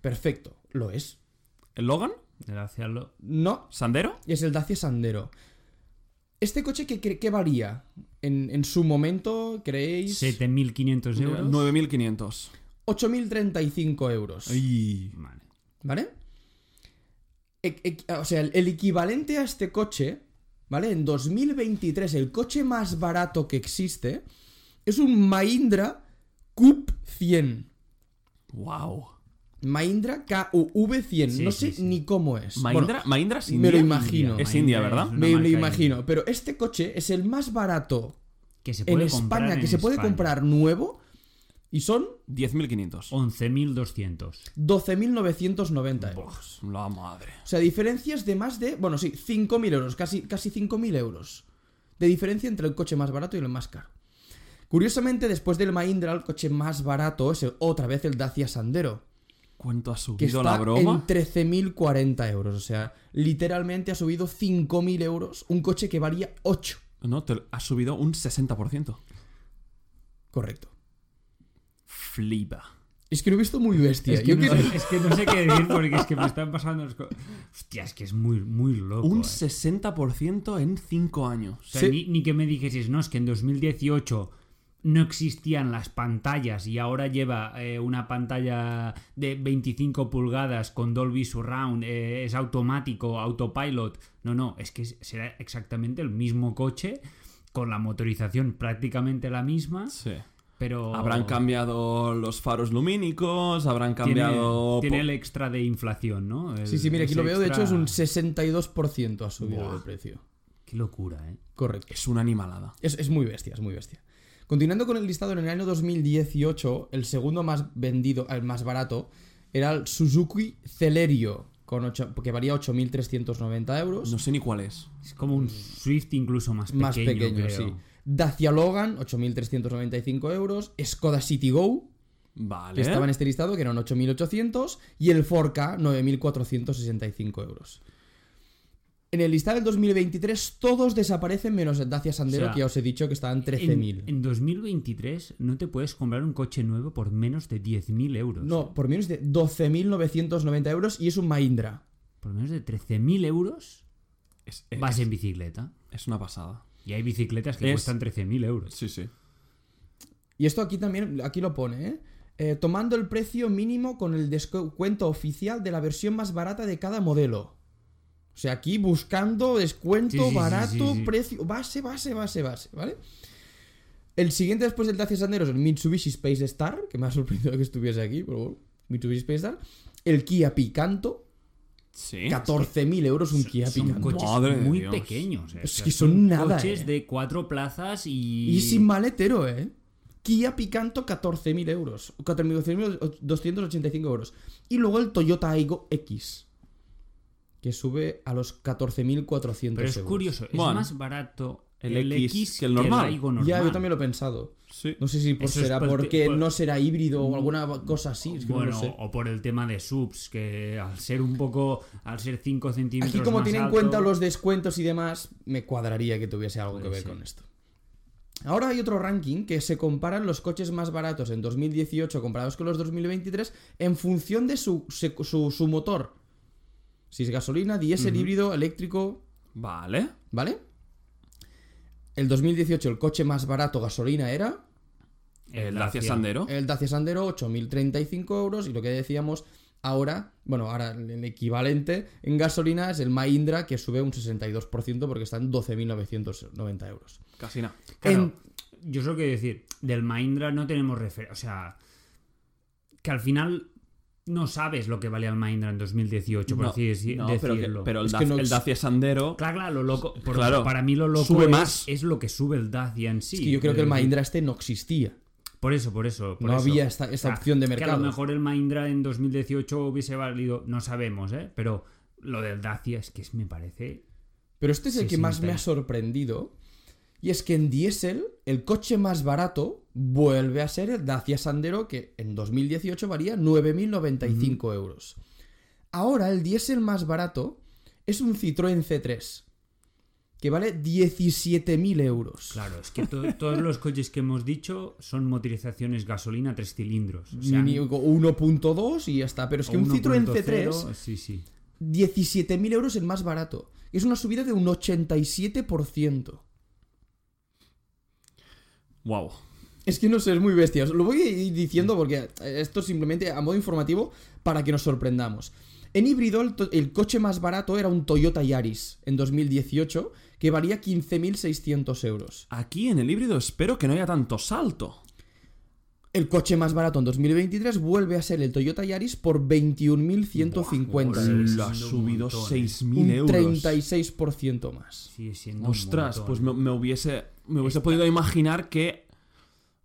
[SPEAKER 2] perfecto, lo es.
[SPEAKER 1] ¿El Logan?
[SPEAKER 3] Dacia lo...
[SPEAKER 2] No,
[SPEAKER 1] ¿Sandero?
[SPEAKER 2] y es el Dacia Sandero. ¿Este coche qué, qué- qué varía? En, en su momento, ¿creéis?
[SPEAKER 3] 7.500 euros.
[SPEAKER 1] 9.500.
[SPEAKER 2] 8.035 euros.
[SPEAKER 1] Ay.
[SPEAKER 3] Vale.
[SPEAKER 2] ¿Vale? E- e- o sea, el, el equivalente a este coche, ¿vale? En 2023, el coche más barato que existe es un Mahindra Cup 100.
[SPEAKER 1] Wow.
[SPEAKER 2] Mahindra KUV100.
[SPEAKER 3] Sí,
[SPEAKER 2] no
[SPEAKER 3] sí,
[SPEAKER 2] sé
[SPEAKER 3] sí.
[SPEAKER 2] ni cómo es. Bueno,
[SPEAKER 1] Mahindra, Mahindra es
[SPEAKER 2] me
[SPEAKER 1] India.
[SPEAKER 2] lo imagino.
[SPEAKER 1] Es India,
[SPEAKER 3] Mahindra
[SPEAKER 1] ¿verdad?
[SPEAKER 3] es-
[SPEAKER 2] me
[SPEAKER 3] una
[SPEAKER 2] lo
[SPEAKER 3] marca
[SPEAKER 2] imagino. Pero este coche es el más barato
[SPEAKER 3] Que se
[SPEAKER 2] en
[SPEAKER 3] puede comprar
[SPEAKER 2] España
[SPEAKER 3] en
[SPEAKER 2] que se puede
[SPEAKER 3] España.
[SPEAKER 2] comprar nuevo y son
[SPEAKER 1] 10.500.
[SPEAKER 3] 11.200.
[SPEAKER 2] 12.990 euros.
[SPEAKER 1] Uf, La madre.
[SPEAKER 2] O sea, diferencias de más de, bueno, sí, 5.000 euros, casi, casi 5.000 euros de diferencia entre el coche más barato y el más caro. Curiosamente, después del Mahindra, el coche más barato es el- otra vez el Dacia Sandero,
[SPEAKER 1] ¿Cuánto ha
[SPEAKER 2] que
[SPEAKER 1] subido
[SPEAKER 2] está
[SPEAKER 1] la broma?
[SPEAKER 2] en 13.040 euros. O sea, literalmente ha subido 5.000 euros un coche que valía 8.
[SPEAKER 1] No, te- ha subido un 60%.
[SPEAKER 2] Correcto.
[SPEAKER 1] Flipa.
[SPEAKER 2] Es que lo he visto muy bestia.
[SPEAKER 3] Es que,
[SPEAKER 2] Yo
[SPEAKER 3] no
[SPEAKER 2] que-
[SPEAKER 3] sé, es que no sé qué decir porque es que me están pasando. las co- Hostia, es que es muy, muy loco.
[SPEAKER 1] Un
[SPEAKER 3] eh.
[SPEAKER 1] 60% en 5
[SPEAKER 3] O
[SPEAKER 1] años.
[SPEAKER 3] sea,
[SPEAKER 2] Sí.
[SPEAKER 3] ni, ni que me dijeses, no, es que en 2018 no existían las pantallas y ahora lleva eh, una pantalla de 25 pulgadas con Dolby Surround, eh, es automático, autopilot. No, no, es que es- será exactamente el mismo coche, con la motorización prácticamente la misma,
[SPEAKER 1] Sí.
[SPEAKER 3] pero...
[SPEAKER 1] Habrán cambiado los faros lumínicos, habrán
[SPEAKER 3] tiene-
[SPEAKER 1] cambiado...
[SPEAKER 3] Tiene,
[SPEAKER 1] po-
[SPEAKER 3] el extra de inflación, ¿no? El-
[SPEAKER 2] Sí, sí, mira, aquí
[SPEAKER 3] ese
[SPEAKER 2] lo veo, de hecho,
[SPEAKER 3] extra-
[SPEAKER 2] es un 62% ha subido
[SPEAKER 3] Buah.
[SPEAKER 2] el precio.
[SPEAKER 3] Qué locura, ¿eh?
[SPEAKER 2] Correcto.
[SPEAKER 1] Es una animalada.
[SPEAKER 2] Es, es muy bestia, es muy bestia. Continuando con el listado, en el año 2018, el segundo más vendido, el más barato, era el Suzuki Celerio, con ocho- que valía 8.390 euros.
[SPEAKER 1] No sé ni cuál es.
[SPEAKER 3] Es como un Swift incluso más pequeño.
[SPEAKER 2] más pequeño,
[SPEAKER 3] creo.
[SPEAKER 2] sí. Dacia Logan, 8.395 euros. Skoda Citigo, que
[SPEAKER 3] ¿Eh?
[SPEAKER 1] Vale.
[SPEAKER 2] estaba en este listado, que eran 8.800. Y el Forca, 9.465 euros. En el listado del 2023, todos desaparecen menos el Dacia Sandero,
[SPEAKER 3] O sea,
[SPEAKER 2] que ya os he dicho que estaba en
[SPEAKER 3] En,
[SPEAKER 2] 13.000.
[SPEAKER 3] en 2023 no te puedes comprar un coche nuevo por menos de 10.000 euros.
[SPEAKER 2] No, por menos de 12.990 euros y es un Mahindra.
[SPEAKER 3] Por menos de 13.000 euros
[SPEAKER 1] Es, es-
[SPEAKER 3] vas en bicicleta.
[SPEAKER 1] es una pasada.
[SPEAKER 3] Y hay bicicletas que
[SPEAKER 1] Es-
[SPEAKER 3] cuestan 13.000 euros.
[SPEAKER 1] Sí, sí.
[SPEAKER 2] Y esto aquí también, aquí lo pone, ¿eh? Eh, tomando el precio mínimo con el descuento oficial de la versión más barata de cada modelo. O sea, aquí buscando
[SPEAKER 3] Sí,
[SPEAKER 2] descuento,
[SPEAKER 3] sí, sí,
[SPEAKER 2] barato,
[SPEAKER 3] sí, sí.
[SPEAKER 2] precio, base, base, base, base, ¿vale? El siguiente después del Dacia Sandero es el Mitsubishi Space Star, que me ha sorprendido que estuviese aquí, pero bueno, Mitsubishi Space Star. El Kia Picanto,
[SPEAKER 1] Sí.
[SPEAKER 2] 14.000 euros un Kia
[SPEAKER 3] ¿Eh? Son
[SPEAKER 2] Picanto.
[SPEAKER 3] coches
[SPEAKER 1] Madre de
[SPEAKER 3] muy
[SPEAKER 1] Dios.
[SPEAKER 3] pequeños. eh.
[SPEAKER 2] Es que son nada,
[SPEAKER 3] Coches
[SPEAKER 2] eh.
[SPEAKER 3] de cuatro plazas y.
[SPEAKER 2] Y sin maletero, ¿eh? Kia Picanto, 14.000 euros. 14.285 euros. Y luego el Toyota Aigo X. Que sube a los 14.400 euros.
[SPEAKER 3] Pero es curioso, es
[SPEAKER 1] Bueno.
[SPEAKER 3] más barato
[SPEAKER 1] El
[SPEAKER 3] el,
[SPEAKER 1] X
[SPEAKER 3] X,
[SPEAKER 1] que el normal.
[SPEAKER 3] Aigo
[SPEAKER 2] Ya, yo
[SPEAKER 3] normal.
[SPEAKER 2] también lo he pensado.
[SPEAKER 1] Sí.
[SPEAKER 2] No sé si pues,
[SPEAKER 3] Eso es
[SPEAKER 2] será
[SPEAKER 3] por-
[SPEAKER 2] porque
[SPEAKER 3] por-
[SPEAKER 2] no será híbrido o alguna cosa así. Es que no
[SPEAKER 3] bueno,
[SPEAKER 2] lo sé.
[SPEAKER 3] o por el tema de subs, que al ser un poco. Al ser 5 centímetros.
[SPEAKER 2] Aquí, como
[SPEAKER 3] más
[SPEAKER 2] tienen en
[SPEAKER 3] alto-
[SPEAKER 2] cuenta los descuentos y demás, me cuadraría que tuviese algo que
[SPEAKER 3] Puede
[SPEAKER 2] ver
[SPEAKER 3] ser.
[SPEAKER 2] con esto. Ahora hay otro ranking que se comparan los coches más baratos en 2018 comparados con los 2023 en función de su, se- su, su motor. Si es gasolina, diésel, híbrido, eléctrico,
[SPEAKER 1] Vale.
[SPEAKER 2] ¿vale? El 2018 el coche más barato gasolina era
[SPEAKER 3] eh,
[SPEAKER 1] El Dacia Sandero.
[SPEAKER 2] Eh, el Dacia Sandero, 8.035 euros y lo que decíamos, Ahora, bueno, ahora el equivalente en gasolina es el Mahindra que sube un 62% porque está en 12.990 euros.
[SPEAKER 1] Casi nada.
[SPEAKER 3] Claro, yo solo quiero decir, del Mahindra no tenemos referencia. O sea, que al final no sabes lo que valía el Mahindra en 2018, por
[SPEAKER 1] No,
[SPEAKER 3] así deci-
[SPEAKER 1] no, pero, que-
[SPEAKER 3] decirlo.
[SPEAKER 1] pero el,
[SPEAKER 2] Es que
[SPEAKER 1] Daf-
[SPEAKER 2] no-
[SPEAKER 1] el Dacia Sandero.
[SPEAKER 3] Claro, claro, lo loco. por-
[SPEAKER 1] Claro.
[SPEAKER 3] Para mí lo loco
[SPEAKER 1] Sube
[SPEAKER 3] es,
[SPEAKER 1] más.
[SPEAKER 3] es lo que sube el Dacia en sí.
[SPEAKER 2] Es que yo creo que el
[SPEAKER 3] Eh,
[SPEAKER 2] Mahindra este no existía.
[SPEAKER 3] Por eso, por eso. por
[SPEAKER 2] No
[SPEAKER 3] eso.
[SPEAKER 2] había esta, esta
[SPEAKER 3] O sea,
[SPEAKER 2] opción de
[SPEAKER 3] Ah, Que a
[SPEAKER 2] mercado.
[SPEAKER 3] lo mejor el Mahindra en 2018 hubiese valido, no sabemos, ¿eh? Pero lo del Dacia es que es- me parece...
[SPEAKER 2] Pero este es el
[SPEAKER 3] Sí,
[SPEAKER 2] que
[SPEAKER 3] sí,
[SPEAKER 2] más me
[SPEAKER 3] pero-
[SPEAKER 2] ha sorprendido. Y es que en diésel, el coche más barato vuelve a ser el Dacia Sandero, que en 2018 valía 9.095 euros. Ahora el diésel más barato es un Citroën C3, que vale 17.000 euros.
[SPEAKER 3] Claro, es que to- (laughs) todos los coches que hemos dicho son motorizaciones gasolina tres cilindros. O sea,
[SPEAKER 2] Ni- ni- 1.2 y ya está. Pero es que un Citroën C3,
[SPEAKER 3] 1.0, Sí, sí.
[SPEAKER 2] 17.000 euros el más barato. Es una subida de un 87%.
[SPEAKER 1] Wow.
[SPEAKER 2] Es que no sé, es muy bestia. Os Lo voy a ir diciendo
[SPEAKER 3] Mm.
[SPEAKER 2] porque esto es simplemente a modo informativo para que nos sorprendamos. En híbrido, el, to- el coche más barato era un Toyota Yaris en 2018 que valía 15.600 euros.
[SPEAKER 1] Aquí en el híbrido espero que no haya tanto salto.
[SPEAKER 2] El coche más barato en 2023 vuelve a ser el Toyota Yaris por 21.150 euros.
[SPEAKER 1] Lo ha
[SPEAKER 3] siendo un
[SPEAKER 1] subido
[SPEAKER 3] montón, eh.
[SPEAKER 1] 6.000
[SPEAKER 2] Un
[SPEAKER 1] euros.
[SPEAKER 2] 36% más.
[SPEAKER 3] Sigue siendo un
[SPEAKER 1] Ostras,
[SPEAKER 3] montón.
[SPEAKER 1] pues me, me hubiese, me hubiese podido imaginar que.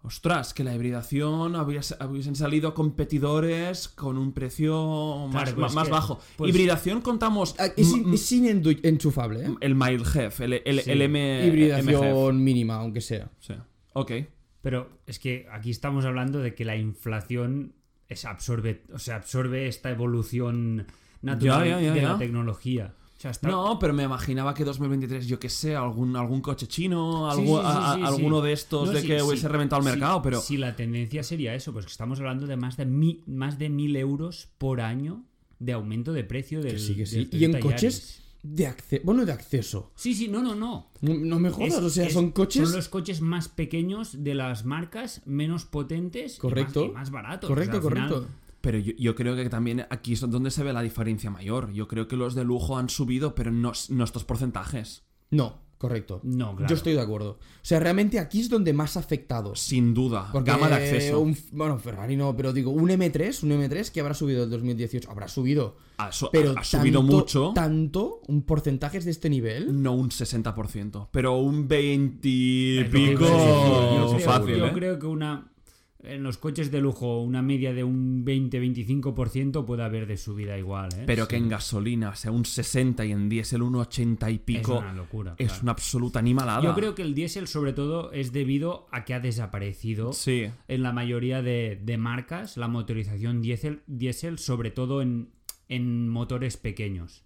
[SPEAKER 1] Ostras, que la hibridación hubiese- hubiesen salido competidores con un precio más,
[SPEAKER 3] Claro, pues
[SPEAKER 1] ma-
[SPEAKER 3] es
[SPEAKER 1] más
[SPEAKER 3] que-
[SPEAKER 1] bajo.
[SPEAKER 3] pues-
[SPEAKER 1] hibridación contamos
[SPEAKER 2] Ah,
[SPEAKER 3] Mm,
[SPEAKER 2] Es,
[SPEAKER 1] m-
[SPEAKER 2] sin- es sin endu- enchufable, ¿eh?
[SPEAKER 1] m- el Mild Hef, el, el,
[SPEAKER 3] Sí.
[SPEAKER 1] el
[SPEAKER 3] Eh,
[SPEAKER 1] M. MGF.
[SPEAKER 2] Hibridación mínima, aunque sea.
[SPEAKER 1] Sí. Ok.
[SPEAKER 3] Pero es que aquí estamos hablando de que la inflación es absorbe, o sea, absorbe esta evolución natural
[SPEAKER 1] Ya, ya, ya,
[SPEAKER 3] de la
[SPEAKER 1] ya.
[SPEAKER 3] tecnología. O sea, está-
[SPEAKER 1] No, pero me imaginaba que 2023, yo qué sé, algún, algún coche chino,
[SPEAKER 3] Sí,
[SPEAKER 1] algu-
[SPEAKER 3] sí, sí,
[SPEAKER 1] a- a-
[SPEAKER 3] sí, sí.
[SPEAKER 1] alguno de estos
[SPEAKER 3] No,
[SPEAKER 1] de
[SPEAKER 3] sí,
[SPEAKER 1] que
[SPEAKER 3] sí.
[SPEAKER 1] hubiese reventado el
[SPEAKER 3] Sí,
[SPEAKER 1] mercado, pero.
[SPEAKER 3] Si la tendencia sería eso, pues que estamos hablando de más de, mi- más de mil euros por año de aumento de precio del.
[SPEAKER 2] Que sí, que sí.
[SPEAKER 3] del
[SPEAKER 2] Y en
[SPEAKER 3] Toyota
[SPEAKER 2] coches
[SPEAKER 3] Yaris.
[SPEAKER 2] de acceso. Bueno, de acceso.
[SPEAKER 3] Sí, sí, no, no, no.
[SPEAKER 2] No, no me jodas,
[SPEAKER 3] Es-
[SPEAKER 2] o sea,
[SPEAKER 3] es-
[SPEAKER 2] son coches.
[SPEAKER 3] Son los coches más pequeños de las marcas, menos potentes. y más-
[SPEAKER 2] Correcto.
[SPEAKER 3] Y más, baratos.
[SPEAKER 2] Correcto,
[SPEAKER 3] O sea, al final-
[SPEAKER 2] correcto.
[SPEAKER 1] Pero yo, yo creo que también aquí es donde se ve la diferencia mayor. Yo creo que los de lujo han subido, pero no, no estos porcentajes.
[SPEAKER 2] No, correcto.
[SPEAKER 3] No, claro.
[SPEAKER 2] Yo estoy de acuerdo. O sea, realmente aquí es donde más afectados.
[SPEAKER 1] Sin duda.
[SPEAKER 2] Porque
[SPEAKER 1] gama de acceso.
[SPEAKER 2] un- bueno, Ferrari no, pero digo, un M3, un M3 que habrá subido el 2018. Habrá subido.
[SPEAKER 1] ha, su-
[SPEAKER 2] Pero
[SPEAKER 1] ha subido
[SPEAKER 2] tanto-
[SPEAKER 1] mucho,
[SPEAKER 2] Tanto, un porcentaje es de este nivel.
[SPEAKER 1] no un 60%, pero un 20 y
[SPEAKER 3] Yo
[SPEAKER 1] pico
[SPEAKER 3] creo- yo creo-
[SPEAKER 1] fácil,
[SPEAKER 3] Yo
[SPEAKER 1] ¿eh?
[SPEAKER 3] creo que una. En los coches de lujo, una media de un 20-25% puede haber de subida igual, ¿eh?
[SPEAKER 1] Pero
[SPEAKER 3] Sí.
[SPEAKER 1] que en gasolina sea un 60 y en diésel un 80 y pico
[SPEAKER 3] Es una locura.
[SPEAKER 1] es
[SPEAKER 3] claro.
[SPEAKER 1] una absoluta animalada.
[SPEAKER 3] Yo creo que el diésel, sobre todo, es debido a que ha desaparecido
[SPEAKER 1] Sí.
[SPEAKER 3] en la mayoría de, de marcas la motorización diésel, diésel sobre todo en, en motores pequeños.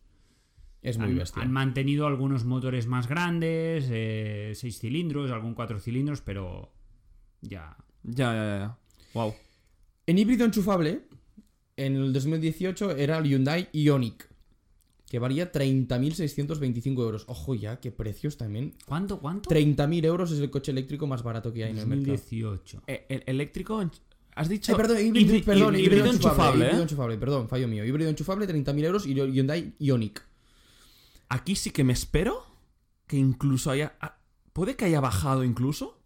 [SPEAKER 2] Es muy
[SPEAKER 3] Han,
[SPEAKER 2] bestia.
[SPEAKER 3] han mantenido algunos motores más grandes, eh, seis cilindros, algún cuatro cilindros, pero ya.
[SPEAKER 1] Ya, ya, ya. Wow.
[SPEAKER 2] En híbrido enchufable, en el 2018 era el Hyundai Ioniq. Que valía 30.625 euros. Ojo ya, qué precios también.
[SPEAKER 3] ¿Cuánto? ¿Cuánto?
[SPEAKER 2] 30.000 euros es el coche eléctrico más barato que hay en el mercado.
[SPEAKER 3] 2018.
[SPEAKER 1] Eh, el eléctrico, en- has dicho...
[SPEAKER 2] Eh, perdón, híbrido,
[SPEAKER 1] híbri-
[SPEAKER 2] perdón,
[SPEAKER 1] híbrido
[SPEAKER 2] híbrido
[SPEAKER 1] enchufable, ¿eh?
[SPEAKER 2] Híbrido enchufable, perdón, fallo mío. Híbrido enchufable, 30.000 euros y Hyundai Ioniq.
[SPEAKER 1] Aquí sí que me espero que incluso haya... ah, ¿Puede que haya bajado incluso?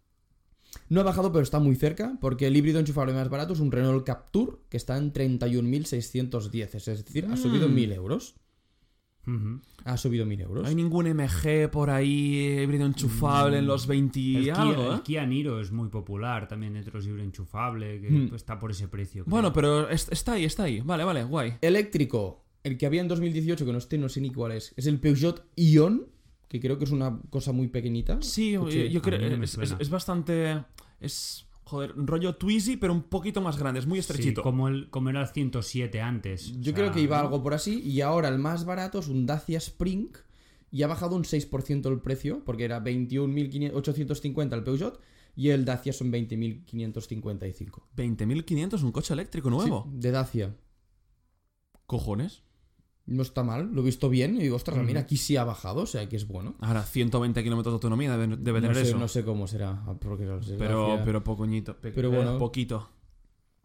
[SPEAKER 2] No ha bajado, pero está muy cerca, porque el híbrido enchufable más barato es un Renault Capture, que está en 31.610, es decir, ha subido
[SPEAKER 1] Mm.
[SPEAKER 2] 1.000 euros.
[SPEAKER 3] Ujú.
[SPEAKER 2] Ha subido 1.000 euros.
[SPEAKER 1] No hay ningún MG por ahí, híbrido enchufable en los 20 y
[SPEAKER 3] el,
[SPEAKER 1] algo,
[SPEAKER 3] Kia,
[SPEAKER 1] ¿eh?
[SPEAKER 3] el Kia Niro es muy popular, también Etros libre enchufable, que
[SPEAKER 2] Mm.
[SPEAKER 3] pues, está por ese precio. creo.
[SPEAKER 1] Bueno, pero es- está ahí, está ahí. Vale, vale, guay.
[SPEAKER 2] Eléctrico, el que había en 2018, que no esté, no sé ni cuál es, es el Peugeot Ion, que creo que es una cosa muy pequeñita.
[SPEAKER 1] Sí, yo,
[SPEAKER 2] Coche,
[SPEAKER 1] yo
[SPEAKER 3] a
[SPEAKER 1] creo...
[SPEAKER 3] mí no me
[SPEAKER 1] es, es-
[SPEAKER 3] suena.
[SPEAKER 1] es bastante... Es... Joder, un rollo Twizy, pero un poquito más grande. Es muy
[SPEAKER 3] Sí,
[SPEAKER 1] estrechito.
[SPEAKER 3] como, el, como era el 107 antes. o
[SPEAKER 2] Yo
[SPEAKER 3] sea,
[SPEAKER 2] creo que iba algo por así y ahora el más barato es un Dacia Spring y ha bajado un 6% el precio porque era 21.850 el Peugeot y el Dacia son 20.555.
[SPEAKER 1] 20.500 un coche eléctrico nuevo.
[SPEAKER 2] Sí, de Dacia.
[SPEAKER 1] Cojones.
[SPEAKER 2] No está mal, lo he visto bien y digo, ostras,
[SPEAKER 3] Ujú.
[SPEAKER 2] mira, aquí sí ha bajado, o sea, que es bueno.
[SPEAKER 1] Ahora, 120 kilómetros de autonomía debe, debe
[SPEAKER 2] No
[SPEAKER 1] tener
[SPEAKER 2] sé,
[SPEAKER 1] eso.
[SPEAKER 2] no sé cómo será, porque no sé,
[SPEAKER 1] pero,
[SPEAKER 2] Dacia-
[SPEAKER 1] pero pocoñito. pe-
[SPEAKER 2] Pero
[SPEAKER 1] eh,
[SPEAKER 2] bueno.
[SPEAKER 1] Poquito.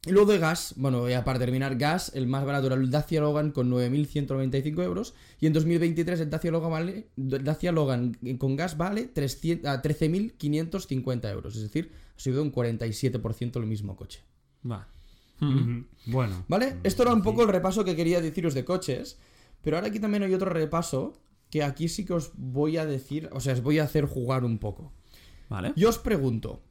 [SPEAKER 2] Y luego de gas, bueno, ya para terminar, gas, el más barato era el Dacia Logan con 9.195 euros. Y en 2023 el Dacia Logan, vale, Dacia Logan con gas vale 300 a 13.550 euros. Es decir, ha subido un 47% el mismo coche.
[SPEAKER 1] Va.
[SPEAKER 3] Ujú. Bueno.
[SPEAKER 2] ¿Vale? Esto era un poco el repaso que quería deciros de coches. Pero ahora aquí también hay otro repaso que aquí sí que os voy a decir, o sea, os voy a hacer jugar un poco.
[SPEAKER 1] Vale.
[SPEAKER 2] Yo os pregunto,